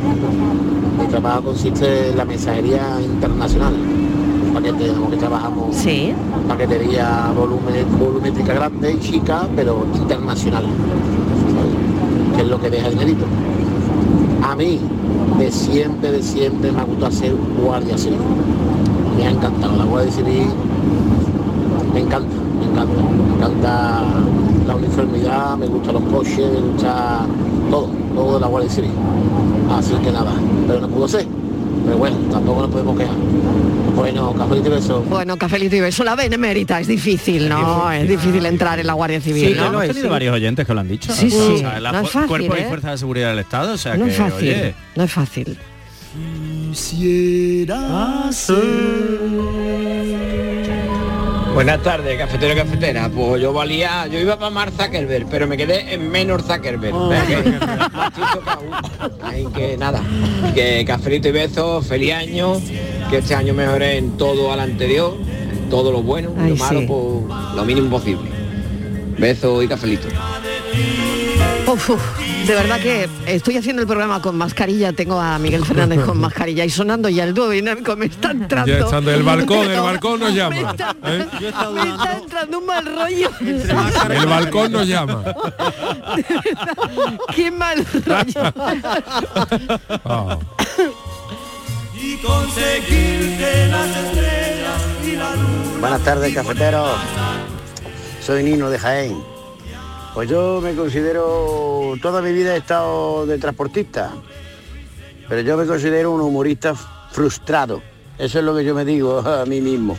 [SPEAKER 29] Mi trabajo consiste en la mensajería internacional. Un paquete, digamos que trabajamos. Paquetería volumen, volumétrica grande y chica, pero internacional. ¿sabes? Que es lo que deja dinerito. A mí, de siempre, de siempre, me ha gustado hacer guardia civil. Me ha encantado la guardia civil. Me encanta, me encanta. Me encanta la uniformidad, me gustan los coches, me gusta todo, todo de la Guardia Civil. Así que nada, pero no pudo ser. Pero bueno, tampoco nos podemos quejar. Bueno, cafelito y beso.
[SPEAKER 2] Bueno, cafelito y beso, la benemérita es difícil, ¿no? Es difícil entrar en la Guardia Civil,
[SPEAKER 6] Sí,
[SPEAKER 2] ¿no?
[SPEAKER 6] hemos tenido varios oyentes que lo han dicho.
[SPEAKER 2] Sí,
[SPEAKER 6] O
[SPEAKER 2] sí,
[SPEAKER 6] sea, la
[SPEAKER 2] no es
[SPEAKER 6] fu-
[SPEAKER 2] fácil,
[SPEAKER 6] Cuerpo
[SPEAKER 2] ¿eh?
[SPEAKER 6] y Fuerza de Seguridad del Estado, o sea
[SPEAKER 2] No
[SPEAKER 6] que,
[SPEAKER 2] es fácil,
[SPEAKER 6] oye,
[SPEAKER 2] no es fácil.
[SPEAKER 31] Buenas tardes, cafetero y cafetera. Pues yo valía, yo iba para Mark Zuckerberg, pero me quedé en menos Zuckerberg. O sea que, más listo que aún. Así que nada, que cafelito y besos, feliz año, que este año mejore en todo al anterior, en todo lo bueno,
[SPEAKER 2] Ay,
[SPEAKER 31] lo malo,
[SPEAKER 2] sí.
[SPEAKER 31] pues, lo mínimo posible. Besos y cafelito.
[SPEAKER 2] Uf, uf, de verdad que estoy haciendo el programa con mascarilla, tengo a Miguel Fernández con mascarilla y sonando ya el dúo dinámico, me está entrando.
[SPEAKER 5] Ya estando en el balcón, el
[SPEAKER 2] Pero-
[SPEAKER 5] balcón nos
[SPEAKER 2] Me
[SPEAKER 5] llama.
[SPEAKER 2] está,
[SPEAKER 5] ¿eh?
[SPEAKER 2] me está entrando un mal rollo.
[SPEAKER 5] El balcón nos llama.
[SPEAKER 2] Qué mal rollo.
[SPEAKER 5] Ah.
[SPEAKER 4] Y conseguirte las estrellas y la luna.
[SPEAKER 19] Buenas tardes, cafetero. Soy Nino de Jaén. Pues yo me considero, toda mi vida he estado de transportista, pero yo me considero un humorista frustrado. Eso es lo que yo me digo a mí mismo.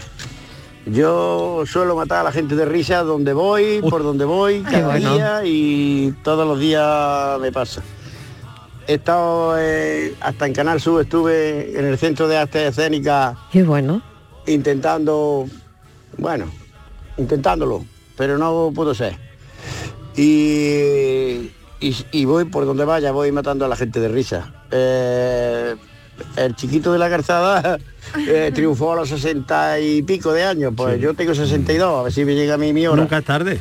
[SPEAKER 19] Yo suelo matar a la gente de risa donde voy, por donde voy, cada
[SPEAKER 17] bueno.
[SPEAKER 19] día y todos los días me pasa. He estado eh, hasta en Canal Sur, estuve en el Centro de Arte Escénica
[SPEAKER 2] Qué bueno.
[SPEAKER 19] intentando, bueno, intentándolo, pero no pudo ser. Y, y- y voy por donde vaya, voy matando a la gente de risa. Eh, el chiquito de la garzada eh, triunfó a los 60 y pico de años, pues yo tengo 62, a ver si me llega a mí mi hora. Nunca
[SPEAKER 7] es tarde.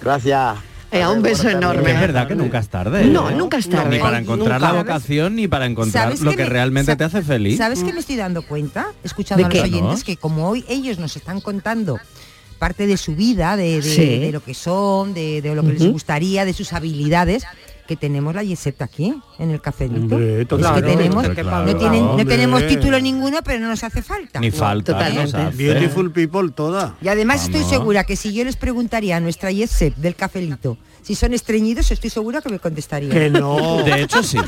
[SPEAKER 19] Gracias.
[SPEAKER 2] Eh, un beso enorme.
[SPEAKER 6] Es verdad que nunca es tarde.
[SPEAKER 2] No,
[SPEAKER 6] ¿eh?
[SPEAKER 2] nunca es tarde.
[SPEAKER 6] Ni para encontrar la
[SPEAKER 9] Nunca.
[SPEAKER 6] vocación, ni para encontrar
[SPEAKER 9] ¿Sabes
[SPEAKER 6] lo
[SPEAKER 9] que
[SPEAKER 6] que
[SPEAKER 9] me-
[SPEAKER 6] realmente
[SPEAKER 9] sa-
[SPEAKER 6] te hace feliz.
[SPEAKER 9] ¿Sabes que me estoy dando cuenta? Escuchando
[SPEAKER 6] ¿De
[SPEAKER 9] a los
[SPEAKER 6] qué?
[SPEAKER 9] oyentes
[SPEAKER 6] No.
[SPEAKER 9] que como hoy ellos nos están contando parte de su vida, de, de-
[SPEAKER 2] Sí.
[SPEAKER 9] de lo que son, de, de lo que les
[SPEAKER 2] Ujú.
[SPEAKER 9] gustaría, de sus habilidades, que tenemos la Yesepta aquí, en el cafelito.
[SPEAKER 7] Hombre, esto
[SPEAKER 9] Es
[SPEAKER 7] claro,
[SPEAKER 9] que tenemos,
[SPEAKER 7] esto claro.
[SPEAKER 9] no, tienen- no
[SPEAKER 7] Hombre.
[SPEAKER 9] tenemos título ninguno, pero no nos hace falta.
[SPEAKER 6] Ni falta.
[SPEAKER 9] totalmente.
[SPEAKER 6] nos hace.
[SPEAKER 7] Beautiful people toda.
[SPEAKER 9] Y además estoy
[SPEAKER 6] Vamos.
[SPEAKER 9] segura que si yo les preguntaría a nuestra Yesep del cafelito, si son estreñidos, estoy segura que me contestaría.
[SPEAKER 7] Que no.
[SPEAKER 6] De hecho, sí.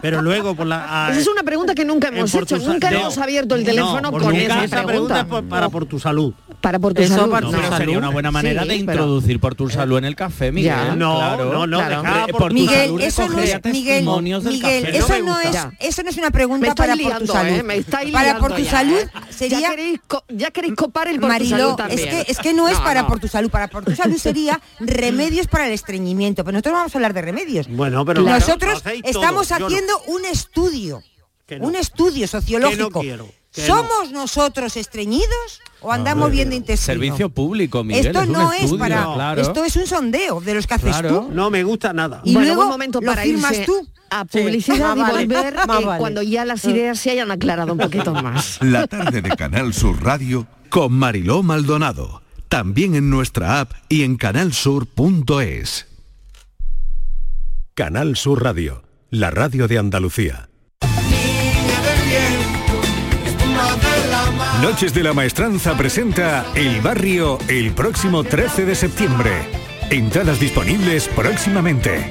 [SPEAKER 7] Pero luego por la.
[SPEAKER 2] Esa es una pregunta que nunca hemos hecho,
[SPEAKER 7] Portusa-
[SPEAKER 2] nunca
[SPEAKER 7] No,
[SPEAKER 2] hemos abierto el
[SPEAKER 7] no,
[SPEAKER 2] teléfono
[SPEAKER 7] por
[SPEAKER 2] con
[SPEAKER 7] nunca
[SPEAKER 2] esa,
[SPEAKER 7] esa pregunta
[SPEAKER 2] pregunta.
[SPEAKER 7] es por- para por tu salud.
[SPEAKER 2] Para por tu
[SPEAKER 7] Eso
[SPEAKER 2] salud.
[SPEAKER 7] para tu
[SPEAKER 2] No,
[SPEAKER 7] salud.
[SPEAKER 6] Sería una buena manera
[SPEAKER 2] Sí,
[SPEAKER 6] de
[SPEAKER 2] pero-
[SPEAKER 6] introducir por tu salud en el café, Miguel.
[SPEAKER 2] Ya.
[SPEAKER 7] No,
[SPEAKER 6] claro,
[SPEAKER 7] no, no,
[SPEAKER 6] Claro.
[SPEAKER 7] deja
[SPEAKER 6] Hombre,
[SPEAKER 7] por
[SPEAKER 6] Eh,
[SPEAKER 9] Ah,
[SPEAKER 6] tu
[SPEAKER 9] Miguel,
[SPEAKER 6] salud
[SPEAKER 9] eso no es,
[SPEAKER 6] recogería
[SPEAKER 9] Miguel,
[SPEAKER 6] testimonios del
[SPEAKER 9] Miguel,
[SPEAKER 6] café.
[SPEAKER 9] eso
[SPEAKER 6] me
[SPEAKER 9] no,
[SPEAKER 6] gusta.
[SPEAKER 9] es, eso no es una pregunta
[SPEAKER 2] Me estáis
[SPEAKER 9] para por tu
[SPEAKER 2] liando,
[SPEAKER 9] salud.
[SPEAKER 2] ¿eh? Me estáis
[SPEAKER 9] para
[SPEAKER 2] liando
[SPEAKER 9] por tu
[SPEAKER 2] ya,
[SPEAKER 9] salud
[SPEAKER 2] ¿eh? Ya
[SPEAKER 9] sería
[SPEAKER 2] queréis co- ya queréis copar el por tu
[SPEAKER 9] Mariló,
[SPEAKER 2] salud
[SPEAKER 9] es
[SPEAKER 2] también.
[SPEAKER 9] que es que no es para por tu salud, para por tu salud sería remedios para el estreñimiento, pero nosotros no vamos a hablar de remedios.
[SPEAKER 7] Bueno, pero
[SPEAKER 9] Claro.
[SPEAKER 7] lo
[SPEAKER 9] nosotros
[SPEAKER 7] hacéis todo,
[SPEAKER 9] estamos
[SPEAKER 7] yo no.
[SPEAKER 9] haciendo un estudio,
[SPEAKER 7] Que no.
[SPEAKER 9] un estudio sociológico.
[SPEAKER 7] Que no quiero, que
[SPEAKER 9] ¿Somos nosotros estreñidos o andamos
[SPEAKER 6] Hombre,
[SPEAKER 9] bien de intestino?
[SPEAKER 6] Servicio público, Miguel.
[SPEAKER 9] esto
[SPEAKER 6] es un
[SPEAKER 9] no
[SPEAKER 6] estudio,
[SPEAKER 9] es para,
[SPEAKER 6] claro.
[SPEAKER 9] esto es un sondeo de los que haces
[SPEAKER 6] Claro.
[SPEAKER 9] tú.
[SPEAKER 7] No me gusta nada.
[SPEAKER 9] Y
[SPEAKER 2] Bueno,
[SPEAKER 9] luego
[SPEAKER 2] buen momento
[SPEAKER 9] lo
[SPEAKER 2] para
[SPEAKER 9] firmas
[SPEAKER 2] irse
[SPEAKER 9] tú.
[SPEAKER 2] a
[SPEAKER 9] Más
[SPEAKER 2] publicidad y
[SPEAKER 9] vale,
[SPEAKER 2] volver
[SPEAKER 9] más
[SPEAKER 2] eh,
[SPEAKER 9] vale.
[SPEAKER 2] cuando ya las ideas se hayan aclarado un poquito más.
[SPEAKER 3] La tarde de Canal Sur Radio con Mariló Maldonado. También en nuestra app y en canalsur.es.
[SPEAKER 17] Canal Sur Radio, la radio de Andalucía. Noches de la Maestranza presenta El Barrio el próximo 13 de septiembre. Entradas disponibles próximamente.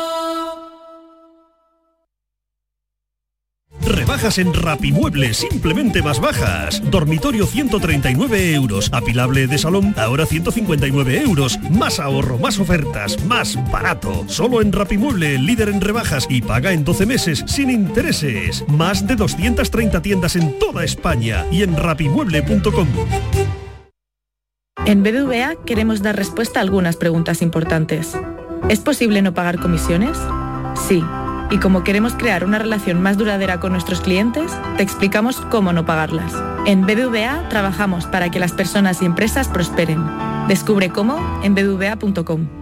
[SPEAKER 32] Rebajas en Rapimueble, simplemente más bajas. Dormitorio 139 euros, apilable de salón ahora 159 euros. Más ahorro, más ofertas, más barato. Solo en Rapimueble, líder en rebajas y paga en 12 meses sin intereses. Más de 230 tiendas en toda España y en rapimueble.com.
[SPEAKER 33] En BBVA queremos dar respuesta a algunas preguntas importantes. ¿Es posible no pagar comisiones? Sí. Y como queremos crear una relación más duradera con nuestros clientes, te explicamos cómo no pagarlas. En BBVA trabajamos para que las personas y empresas prosperen. Descubre cómo en bbva.com.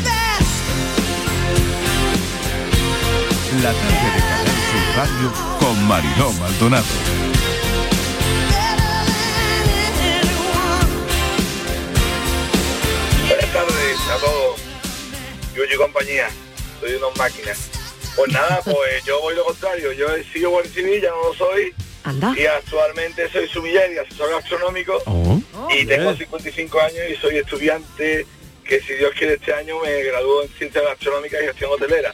[SPEAKER 3] La tarde de Canal Sur Radio con Mariló Maldonado.
[SPEAKER 34] Buenas tardes a todos. Yuyu y compañía. Soy unos máquinas. Pues nada, pues yo voy lo contrario. Yo he sido buen civil, ya no lo soy. Y actualmente soy sumiller y asesor gastronómico.
[SPEAKER 2] Oh,
[SPEAKER 6] Oh.
[SPEAKER 34] y
[SPEAKER 6] Eh,
[SPEAKER 34] tengo 55 años y soy estudiante que si Dios quiere este año me gradúo en ciencias gastronómicas y gestión hotelera.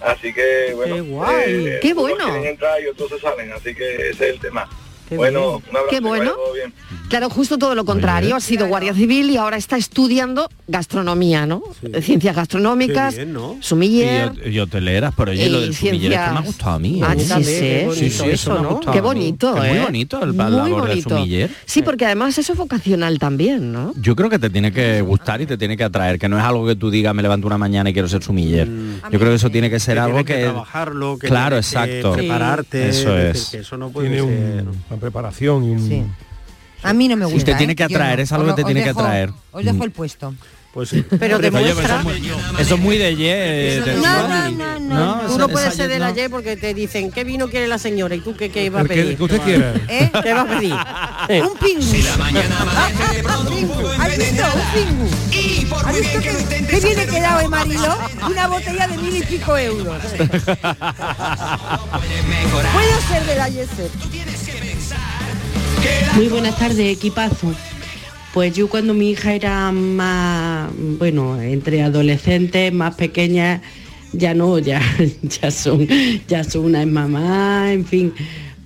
[SPEAKER 34] Así que bueno. Qué
[SPEAKER 2] guay. ¡Ah! Qué bueno.
[SPEAKER 34] Quieren entrar y otros se salen, así que ese es el tema. bueno, un abrazo.
[SPEAKER 2] Qué
[SPEAKER 34] que vaya
[SPEAKER 2] bueno.
[SPEAKER 34] todo bien.
[SPEAKER 2] Claro, justo todo lo contrario. Ha sido guardia civil y ahora está estudiando gastronomía, ¿no? Ciencias gastronómicas,
[SPEAKER 6] Qué bien, ¿no?
[SPEAKER 2] sumiller.
[SPEAKER 6] Y, yo te leerás, pero oye,
[SPEAKER 2] Y
[SPEAKER 6] lo del sumiller es que me ha
[SPEAKER 2] ciencias.
[SPEAKER 6] gustado a mí.
[SPEAKER 2] Ah,
[SPEAKER 6] ¿eh?
[SPEAKER 2] sí, sí,
[SPEAKER 6] sí, sí, eso me ha gustado
[SPEAKER 2] Qué
[SPEAKER 6] a mí.
[SPEAKER 2] bonito,
[SPEAKER 6] Es
[SPEAKER 2] ¿eh?
[SPEAKER 6] muy bonito el la
[SPEAKER 2] Muy
[SPEAKER 6] labor del
[SPEAKER 2] bonito.
[SPEAKER 6] sumiller.
[SPEAKER 2] Sí, porque además eso es vocacional también, ¿no?
[SPEAKER 6] Yo creo que te tiene que gustar y te tiene que atraer, que no es algo que tú digas me levanto una mañana y quiero ser sumiller. Yo creo que eso tiene que ser algo que,
[SPEAKER 7] trabajarlo, que
[SPEAKER 6] claro,
[SPEAKER 7] tienes que
[SPEAKER 6] exacto,
[SPEAKER 7] prepararte, es
[SPEAKER 6] Eso
[SPEAKER 7] decir,
[SPEAKER 6] es.
[SPEAKER 7] que eso no puede
[SPEAKER 5] Tiene un-
[SPEAKER 6] una preparación y un
[SPEAKER 9] A mí no me
[SPEAKER 6] Sí.
[SPEAKER 9] gusta.
[SPEAKER 6] Usted tiene
[SPEAKER 9] ¿eh?
[SPEAKER 6] que
[SPEAKER 9] Yo
[SPEAKER 6] atraer, es algo
[SPEAKER 9] Os-
[SPEAKER 6] que te
[SPEAKER 9] os
[SPEAKER 6] tiene que
[SPEAKER 9] dejo-
[SPEAKER 6] atraer. Mm.
[SPEAKER 9] Os dejo el puesto.
[SPEAKER 3] Pues sí.
[SPEAKER 8] Pero demuestra...
[SPEAKER 6] Eso es muy de ye. Eh, de-
[SPEAKER 8] No, no, no,
[SPEAKER 6] No,
[SPEAKER 8] no. Tú
[SPEAKER 6] esa-
[SPEAKER 8] no puedes
[SPEAKER 6] esa
[SPEAKER 8] ser
[SPEAKER 6] yo
[SPEAKER 8] de la
[SPEAKER 6] no.
[SPEAKER 8] Y porque te dicen qué vino quiere la señora y tú qué, qué va a
[SPEAKER 6] El que-
[SPEAKER 8] pedir.
[SPEAKER 6] el que usted quiera.
[SPEAKER 8] ¿Eh? ¿Qué va a pedir?
[SPEAKER 9] Un pingüino. Ah, ¿Has visto? Un pingu. ¿Has visto que, qué bien he quedado, eh, Marilo? Una botella de mil y pico euros. Puedo ser de la Yeser.
[SPEAKER 35] Muy buenas tardes, equipazo. Pues yo cuando mi hija era más, bueno, entre adolescentes, más pequeña, ya no, ya, ya son, ya son una es mamá, en fin.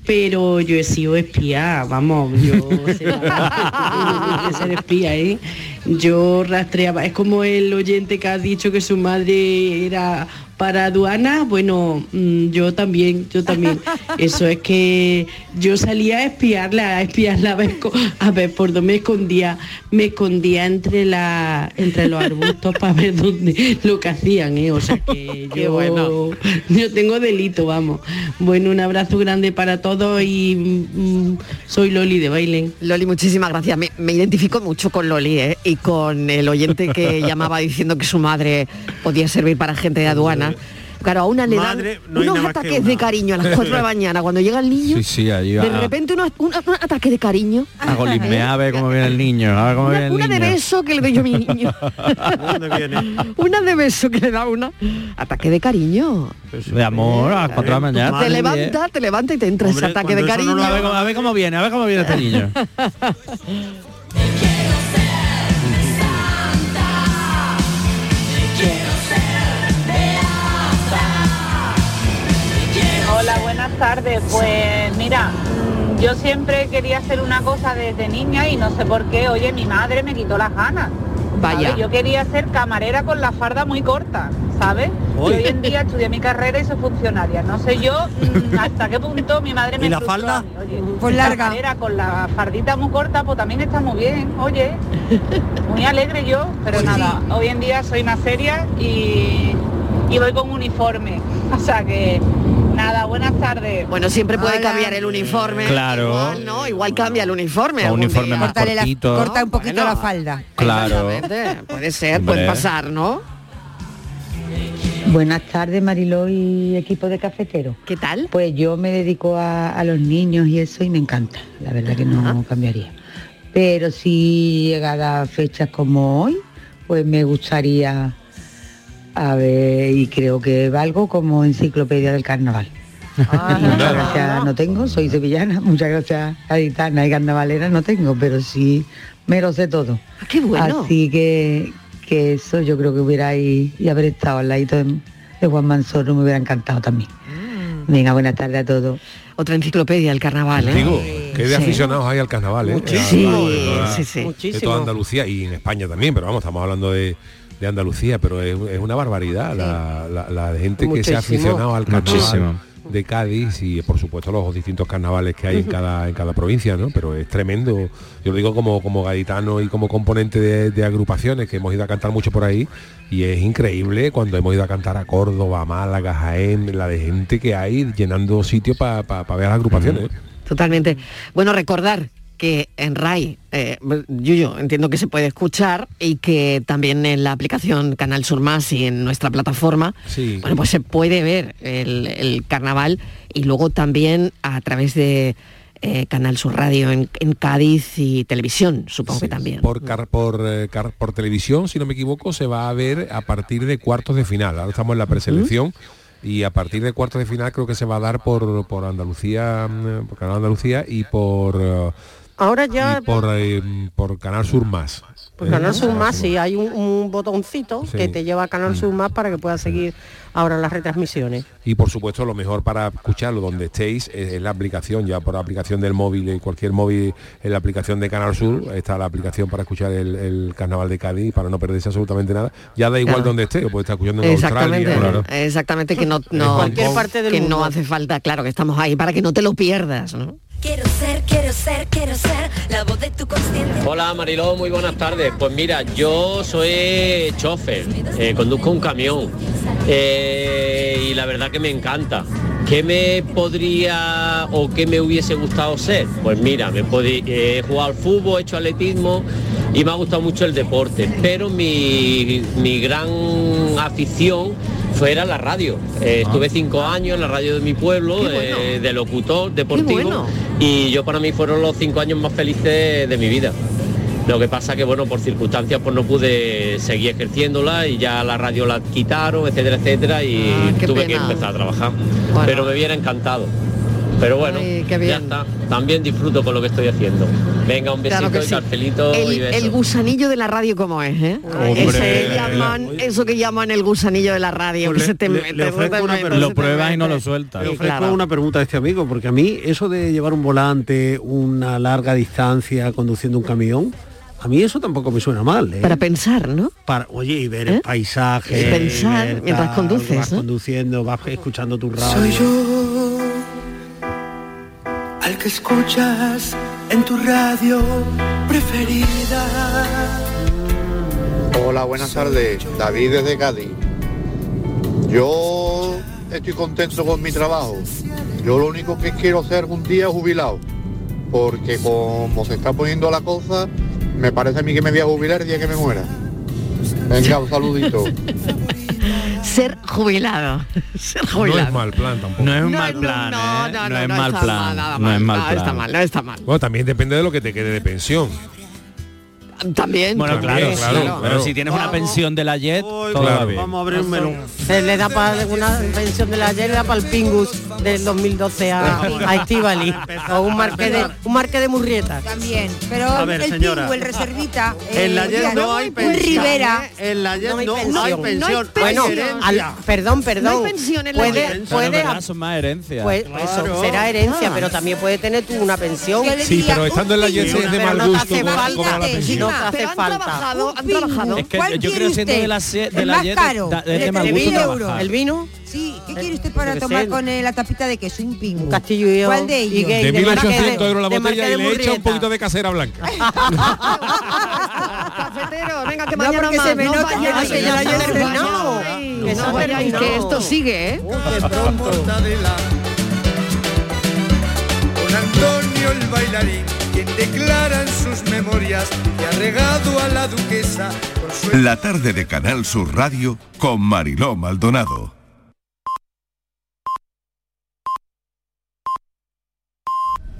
[SPEAKER 35] Pero yo he sido espía, vamos, yo sé que ser espía, ¿eh? Yo rastreaba, es como el oyente que ha dicho que su madre era para aduana, bueno, mm, yo también, yo también. Eso es que yo salía a espiarla, a espiarla a ver, co- a ver por dónde me escondía, me escondía entre la entre los arbustos para ver dónde lo que hacían, ¿eh? O sea que
[SPEAKER 36] Qué
[SPEAKER 35] yo,
[SPEAKER 36] bueno.
[SPEAKER 35] yo tengo delito, vamos. Bueno, un abrazo grande para todos y mm, soy Loli de Bailén.
[SPEAKER 2] Loli, muchísimas gracias. Me, me identifico mucho con Loli ¿eh? y con el oyente que llamaba diciendo que su madre podía servir para gente de aduana. Claro, a una le dan
[SPEAKER 5] Madre, no hay
[SPEAKER 2] unos
[SPEAKER 5] nada más que
[SPEAKER 2] ataques
[SPEAKER 5] una.
[SPEAKER 2] de cariño a las 4 de la mañana cuando llega el niño.
[SPEAKER 6] Sí, sí, ahí va.
[SPEAKER 2] De repente unos- un, un ataque de cariño.
[SPEAKER 6] A golisme, a ver cómo viene el niño, a ver cómo viene el
[SPEAKER 2] Una de
[SPEAKER 6] niño.
[SPEAKER 2] beso que le doy yo a mi niño. Una de beso que le da una. Ataque de cariño.
[SPEAKER 6] De amor, a las 4 de la mañana. ¿eh?
[SPEAKER 2] te levanta, te levanta y te entra ese ataque de cariño.
[SPEAKER 6] a, ver, cómo- a ver cómo viene, a ver cómo viene este niño.
[SPEAKER 11] Hola, buenas tardes. Pues mira, mm, yo siempre quería hacer una cosa desde niña y no sé por qué. Oye, mi madre me quitó las ganas.
[SPEAKER 2] Vaya.
[SPEAKER 11] ¿sabes? Yo quería ser camarera con la farda muy corta, ¿sabes? Y
[SPEAKER 2] Uy.
[SPEAKER 11] hoy en día estudié mi carrera y soy funcionaria. No sé yo mm, hasta qué punto mi madre me
[SPEAKER 9] ¿Y la
[SPEAKER 11] frustró
[SPEAKER 9] falda?
[SPEAKER 11] a mí, Oye,
[SPEAKER 9] Pues larga.
[SPEAKER 11] Camarera con la fardita muy corta, pues también está muy bien. Oye, muy alegre yo,
[SPEAKER 9] Pues
[SPEAKER 11] pero nada, hoy en día soy una seria y, y voy con uniforme. O sea que nada, buenas tardes.
[SPEAKER 2] Bueno, siempre puede cambiar el uniforme.
[SPEAKER 6] Claro.
[SPEAKER 2] Igual, ¿no? Igual cambia el uniforme.
[SPEAKER 6] Un
[SPEAKER 2] algún
[SPEAKER 6] uniforme
[SPEAKER 2] día.
[SPEAKER 6] más Córtale la- cortito. corta
[SPEAKER 2] un poquito la
[SPEAKER 9] falda.
[SPEAKER 6] Claro.
[SPEAKER 2] Puede ser,
[SPEAKER 6] Hombre.
[SPEAKER 2] puede pasar, ¿no?
[SPEAKER 28] Buenas tardes, Mariló y equipo de cafetero.
[SPEAKER 2] ¿Qué tal?
[SPEAKER 28] Pues yo me dedico a, a los niños y eso y me encanta. La verdad que no cambiaría. Pero si llegara a fechas como hoy, pues me gustaría a ver y creo que valgo como enciclopedia del carnaval. Y muchas gracias no tengo, soy sevillana, muchas gracias gaditana y carnavalera no tengo, pero sí me lo sé todo.
[SPEAKER 2] Ah, ¡Qué bueno!
[SPEAKER 28] Así que, que eso yo creo que hubiera y, y haber estado al ladito de, de Juan Manzorro me hubiera encantado también. Venga, buenas tardes a todos.
[SPEAKER 2] Mm. Otra enciclopedia del carnaval, ¿eh?
[SPEAKER 5] Digo, que de
[SPEAKER 28] Sí.
[SPEAKER 5] aficionados hay al carnaval, ¿eh?
[SPEAKER 2] Muchísimo.
[SPEAKER 5] Ah, de verdad.
[SPEAKER 2] Sí, sí.
[SPEAKER 5] De
[SPEAKER 2] Muchísimo.
[SPEAKER 5] toda Andalucía y en España también, pero vamos, estamos hablando de, de Andalucía, pero es, es una barbaridad la, la- la gente que se
[SPEAKER 6] Muchísimo.
[SPEAKER 5] ha aficionado al carnaval
[SPEAKER 6] Muchísimo.
[SPEAKER 5] de Cádiz y por supuesto los distintos carnavales que hay en cada en cada provincia, ¿no? Pero es tremendo. Yo lo digo como como gaditano y como componente de, de agrupaciones que hemos ido a cantar mucho por ahí y es increíble cuando hemos ido a cantar a Córdoba, a Málaga, Jaén, la de gente que hay llenando sitio para ver las agrupaciones. ¿eh?
[SPEAKER 2] Totalmente. Bueno, recordar que en RAI, eh, Yuyo, entiendo que se puede escuchar y que también en la aplicación Canal Sur Más y en nuestra plataforma,
[SPEAKER 5] Sí.
[SPEAKER 2] bueno, pues se puede ver el, el carnaval y luego también a través de eh, Canal Sur Radio en, en Cádiz y televisión, supongo que también.
[SPEAKER 5] Por, car- por, eh, car- por televisión, si no me equivoco, se va a ver a partir de cuartos de final. Ahora estamos en la preselección. Y a partir de cuartos de final creo que se va a dar por, por Andalucía, mm, por Canal Andalucía y por eh,
[SPEAKER 8] Ahora ya
[SPEAKER 5] y por, eh, mm, por Canal Sur Más.
[SPEAKER 8] Pues
[SPEAKER 5] Eh,
[SPEAKER 8] Canal Sur Más, sí, hay un, un botoncito
[SPEAKER 5] Sí.
[SPEAKER 8] que te lleva a Canal Sur Más para que puedas seguir ahora las retransmisiones.
[SPEAKER 5] Y por supuesto lo mejor para escucharlo donde estéis es, es la aplicación, ya por aplicación del móvil, en cualquier móvil, en la aplicación de Canal Sur, está la aplicación para escuchar el, el carnaval de Cádiz, para no perderse absolutamente nada. Ya da igual
[SPEAKER 2] Claro.
[SPEAKER 5] donde esté, lo puede estar escuchando en
[SPEAKER 2] Exactamente,
[SPEAKER 5] Australia. claro.
[SPEAKER 2] exactamente que no, no-
[SPEAKER 5] cualquier parte
[SPEAKER 15] del
[SPEAKER 2] que
[SPEAKER 15] mundo.
[SPEAKER 2] no hace falta, claro, que estamos ahí para que no te lo pierdas, ¿no?
[SPEAKER 15] Quiero ser, quiero ser, quiero ser la voz de tu consciente.
[SPEAKER 27] Hola Mariló, muy buenas tardes. Pues mira, yo soy chofer, eh, conduzco un camión eh, y la verdad que me encanta. ¿Qué me podría o qué me hubiese gustado ser? Pues mira, me podí- eh, he jugado al fútbol, he hecho atletismo, y me ha gustado mucho el deporte, pero mi, mi gran afición fuera la radio. Eh,
[SPEAKER 15] Ah.
[SPEAKER 27] Estuve cinco años en la radio de mi pueblo, eh, de locutor deportivo,
[SPEAKER 15] bueno.
[SPEAKER 27] y yo para mí fueron los cinco años más felices de mi vida. Lo que pasa que bueno, por circunstancias pues no pude seguir ejerciéndola y ya la radio la quitaron, etcétera, etcétera, y
[SPEAKER 2] Ah, qué
[SPEAKER 27] tuve que
[SPEAKER 2] pena.
[SPEAKER 27] empezar a trabajar. Pero me hubiera encantado. Pero bueno,
[SPEAKER 2] Ay, qué
[SPEAKER 27] ya
[SPEAKER 2] bien.
[SPEAKER 27] está. También disfruto con lo que estoy haciendo. Venga, un besito
[SPEAKER 2] Claro que
[SPEAKER 27] y
[SPEAKER 2] sí.
[SPEAKER 27] cartelito y
[SPEAKER 2] El,
[SPEAKER 27] besos.
[SPEAKER 2] el gusanillo de la radio como es, ¿eh?
[SPEAKER 27] Hombre.
[SPEAKER 2] Eso que, llaman, eso que llaman el gusanillo de la radio. que se te mete, se te mete, se te mete.
[SPEAKER 6] sueltas.
[SPEAKER 7] Le
[SPEAKER 2] Sí,
[SPEAKER 7] ofrezco
[SPEAKER 2] claro.
[SPEAKER 7] una pregunta a este amigo, porque a mí eso de llevar un volante una larga distancia conduciendo un camión, a mí eso tampoco me suena mal. ¿eh?
[SPEAKER 2] Para pensar, ¿no?
[SPEAKER 7] Para, oye, y ver el paisaje.
[SPEAKER 2] Y pensar
[SPEAKER 7] y ver
[SPEAKER 2] mientras
[SPEAKER 7] tal,
[SPEAKER 2] conduces, ¿eh?
[SPEAKER 7] Vas
[SPEAKER 2] ¿no?
[SPEAKER 7] conduciendo, vas escuchando tu radio.
[SPEAKER 15] Soy yo al que escuchas en tu radio preferida.
[SPEAKER 37] Hola, buenas tardes. David desde Cádiz. Yo estoy contento con mi trabajo. Yo lo único que quiero ser algún día es jubilado. Porque como se está poniendo la cosa, me parece a mí que me voy a jubilar el día que me muera. Venga, un saludito.
[SPEAKER 2] Ser jubilado. Ser jubilado.
[SPEAKER 5] mal plan tampoco.
[SPEAKER 6] No es un
[SPEAKER 2] No,
[SPEAKER 6] mal
[SPEAKER 2] no,
[SPEAKER 6] plan,
[SPEAKER 2] no,
[SPEAKER 6] ¿eh?
[SPEAKER 2] no,
[SPEAKER 6] es
[SPEAKER 2] no, no
[SPEAKER 6] mal
[SPEAKER 2] está mal,
[SPEAKER 6] plan.
[SPEAKER 2] nada
[SPEAKER 6] no
[SPEAKER 2] mal,
[SPEAKER 6] es mal
[SPEAKER 2] no,
[SPEAKER 6] plan.
[SPEAKER 2] está mal, no está mal.
[SPEAKER 5] Bueno, también depende de lo que te quede de pensión.
[SPEAKER 2] También.
[SPEAKER 6] Bueno,
[SPEAKER 5] También,
[SPEAKER 6] claro,
[SPEAKER 5] claro,
[SPEAKER 6] claro,
[SPEAKER 5] claro.
[SPEAKER 6] Pero si tienes una pensión de la JET, todo
[SPEAKER 5] claro.
[SPEAKER 6] va bien.
[SPEAKER 7] Vamos a abrir un melón.
[SPEAKER 8] Se le da para una pensión de la yerba para el Pingus del 2012 a, a Estíbaliz, o un marque de un marque de Murrieta.
[SPEAKER 9] También, pero
[SPEAKER 8] A ver,
[SPEAKER 9] el
[SPEAKER 8] señora.
[SPEAKER 9] pingo, el reservita,
[SPEAKER 8] En la
[SPEAKER 9] ya,
[SPEAKER 8] Yen no hay
[SPEAKER 9] un
[SPEAKER 8] pensión. ¿eh?
[SPEAKER 9] Rivera.
[SPEAKER 7] En la Yen
[SPEAKER 9] no hay
[SPEAKER 8] no hay
[SPEAKER 9] pensión,
[SPEAKER 8] pensión. Bueno,
[SPEAKER 9] herencia.
[SPEAKER 8] al- perdón, perdón.
[SPEAKER 9] No hay pensión en la
[SPEAKER 8] puede,
[SPEAKER 9] Yen.
[SPEAKER 6] Claro,
[SPEAKER 8] puede-
[SPEAKER 6] verdad, son más herencias.
[SPEAKER 8] pues, eso será herencia,
[SPEAKER 6] Ah.
[SPEAKER 8] pero también puede tener tú una pensión.
[SPEAKER 6] Yo le Sí, diría, pero estando en la un Yen
[SPEAKER 8] Yen
[SPEAKER 6] es de mal
[SPEAKER 8] No
[SPEAKER 6] gusto,
[SPEAKER 8] te hace
[SPEAKER 6] como- como
[SPEAKER 8] falta.
[SPEAKER 6] la pensión.
[SPEAKER 8] No te hace
[SPEAKER 2] Pero han
[SPEAKER 8] falta.
[SPEAKER 2] trabajado, han trabajado.
[SPEAKER 6] Es que yo creo que siendo de la, se- de
[SPEAKER 9] El
[SPEAKER 6] la
[SPEAKER 9] más
[SPEAKER 6] JET
[SPEAKER 9] caro,
[SPEAKER 6] da-
[SPEAKER 9] el
[SPEAKER 6] es
[SPEAKER 9] de
[SPEAKER 6] de mal
[SPEAKER 9] 3.000
[SPEAKER 6] gusto
[SPEAKER 9] euros.
[SPEAKER 6] trabajar.
[SPEAKER 8] ¿El vino? Eh,
[SPEAKER 9] Sí, ¿qué quiere usted para
[SPEAKER 8] yo qué
[SPEAKER 9] tomar
[SPEAKER 8] sé.
[SPEAKER 9] con eh, la tapita de queso? Un pingo.
[SPEAKER 8] castillo y
[SPEAKER 9] ¿Cuál de ellos?
[SPEAKER 5] De 1800 euros la botella y le echa un poquito de casera blanca.
[SPEAKER 2] Cafetero, venga, que
[SPEAKER 8] No,
[SPEAKER 2] mañana
[SPEAKER 8] porque
[SPEAKER 2] más.
[SPEAKER 8] se me
[SPEAKER 2] No
[SPEAKER 8] nota Ah,
[SPEAKER 2] vayáis,
[SPEAKER 8] que no, que
[SPEAKER 2] que ya
[SPEAKER 8] ya
[SPEAKER 2] no
[SPEAKER 8] lo he
[SPEAKER 2] vayáis.
[SPEAKER 8] terminado.
[SPEAKER 2] Ay,
[SPEAKER 8] Que no
[SPEAKER 2] no vayáis,
[SPEAKER 8] vayáis,
[SPEAKER 2] que
[SPEAKER 8] no.
[SPEAKER 2] esto sigue, ¿eh?
[SPEAKER 15] Mortadela. Con Antonio el bailarín, quien declara en sus memorias que ha regado a la duquesa con su
[SPEAKER 38] La tarde de Canal Sur Radio con Mariló Maldonado.